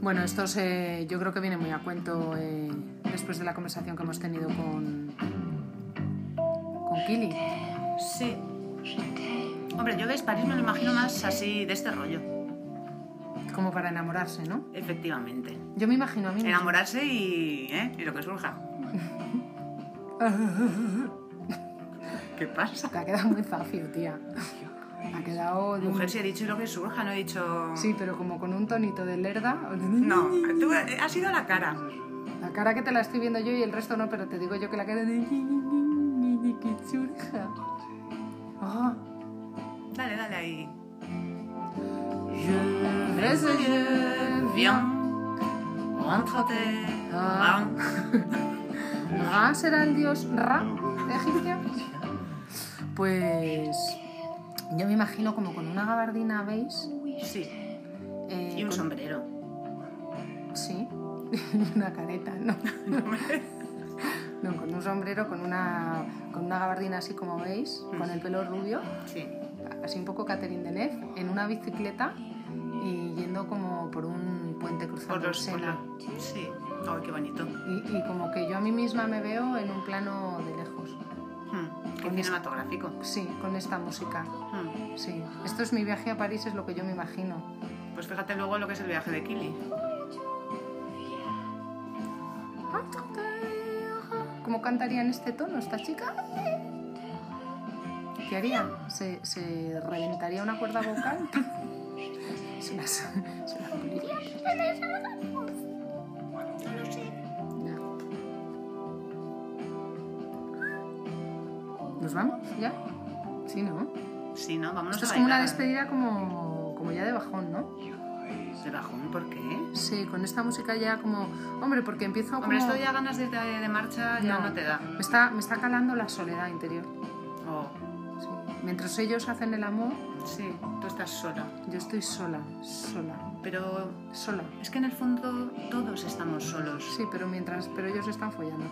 [SPEAKER 3] Bueno, esto se- yo creo que viene muy a cuento eh, después de la conversación que hemos tenido con, con Kili.
[SPEAKER 4] Sí. Hombre, yo veis París me lo imagino más así de este rollo,
[SPEAKER 3] Como para enamorarse, ¿no?
[SPEAKER 4] efectivamente.
[SPEAKER 3] Yo me imagino a mí. misma.
[SPEAKER 4] Enamorarse y, ¿eh? y lo que surja. ¿Qué pasa?
[SPEAKER 3] Te ha quedado muy zafio, tía. Ha quedado. de un-
[SPEAKER 4] Mujer, si he dicho lo que surja, no he dicho...
[SPEAKER 3] Sí, pero como con un tonito de lerda.
[SPEAKER 4] No, tú eh, has ido a la cara.
[SPEAKER 3] La cara que te la estoy viendo yo y el resto no, pero te digo yo que la cara de. ¡Qué churja! Ah.
[SPEAKER 4] Dale, dale ahí.
[SPEAKER 3] vais aller, Ah. Ra será el dios Ra egipcio. Pues yo me imagino como con una gabardina, ¿veis?
[SPEAKER 4] Sí,
[SPEAKER 3] Eh,
[SPEAKER 4] y un
[SPEAKER 3] con-
[SPEAKER 4] sombrero.
[SPEAKER 3] Sí, y una careta, ¿no? No, con un sombrero, con una, con una gabardina así como veis, con el pelo rubio,
[SPEAKER 4] Sí.
[SPEAKER 3] así un poco Catherine Deneuve, en una bicicleta y yendo como por un puente
[SPEAKER 4] Por
[SPEAKER 3] cruzando el
[SPEAKER 4] los... por
[SPEAKER 3] Sena.
[SPEAKER 4] los- Sí. Ay, qué bonito.
[SPEAKER 3] Y, y como que yo a mí misma me veo en un plano de lejos.
[SPEAKER 4] Hmm, Qué
[SPEAKER 3] Con mis-
[SPEAKER 4] cinematográfico.
[SPEAKER 3] Sí, con esta música.
[SPEAKER 4] Hmm.
[SPEAKER 3] Sí. Esto es mi viaje a París, es lo que yo me imagino.
[SPEAKER 4] Pues fíjate luego lo que es el viaje de Kili.
[SPEAKER 3] ¿Cómo cantaría en este tono esta chica? ¿Qué haría? ¿Se, se reventaría una cuerda vocal? Se las, se las pondría. Ya. ¿Nos vamos? ¿Ya? Sí, ¿no?
[SPEAKER 4] Sí, ¿no? Vámonos
[SPEAKER 3] Esto
[SPEAKER 4] a
[SPEAKER 3] es como una
[SPEAKER 4] bailar. ¿eh?
[SPEAKER 3] despedida como, como ya de bajón, ¿no?
[SPEAKER 4] De bajón, ¿por qué?
[SPEAKER 3] Sí, con esta música ya como... Hombre, porque empiezo como...
[SPEAKER 4] Hombre, esto ya ganas de, de- de marcha ya no, te da.
[SPEAKER 3] Me está, me está calando la soledad interior.
[SPEAKER 4] Oh,
[SPEAKER 3] Sí. Mientras ellos hacen el amor,
[SPEAKER 4] sí, tú estás sola.
[SPEAKER 3] yo estoy sola, sola,
[SPEAKER 4] Pero
[SPEAKER 3] sola.
[SPEAKER 4] es que en el fondo todos estamos solos.
[SPEAKER 3] Sí, pero mientras, pero ellos están follando.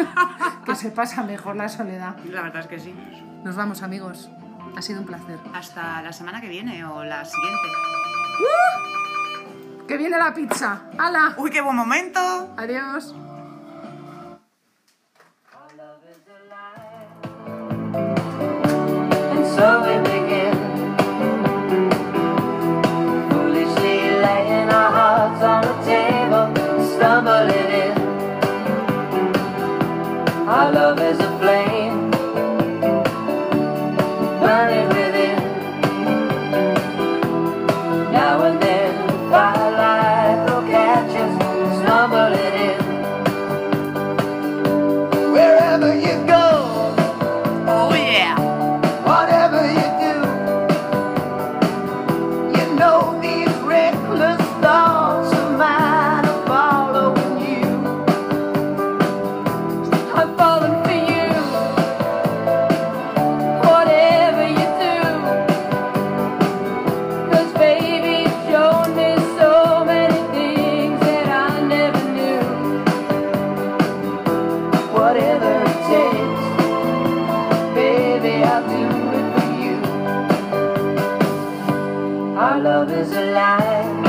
[SPEAKER 3] que se pasa mejor la soledad.
[SPEAKER 4] La verdad es que sí.
[SPEAKER 3] Nos vamos, amigos. Ha sido un placer.
[SPEAKER 4] Hasta la semana que viene o la siguiente.
[SPEAKER 3] ¡Que viene la pizza! ¡Hala!
[SPEAKER 9] Uy, qué buen momento.
[SPEAKER 3] Adiós.
[SPEAKER 8] And so we begin. Foolishly laying our hearts on the table, stumbling in. Our love is a flame, burning within. Now and then, firelight will catch us, stumbling in. Wherever you go. Oh yeah. Whatever you do, you know these reckless thoughts of mine are following you. I'm falling for you. Whatever you do, 'cause baby, you've shown me so many things that I never knew. Whatever it takes. Baby, I'll do it for you. Our love is alive.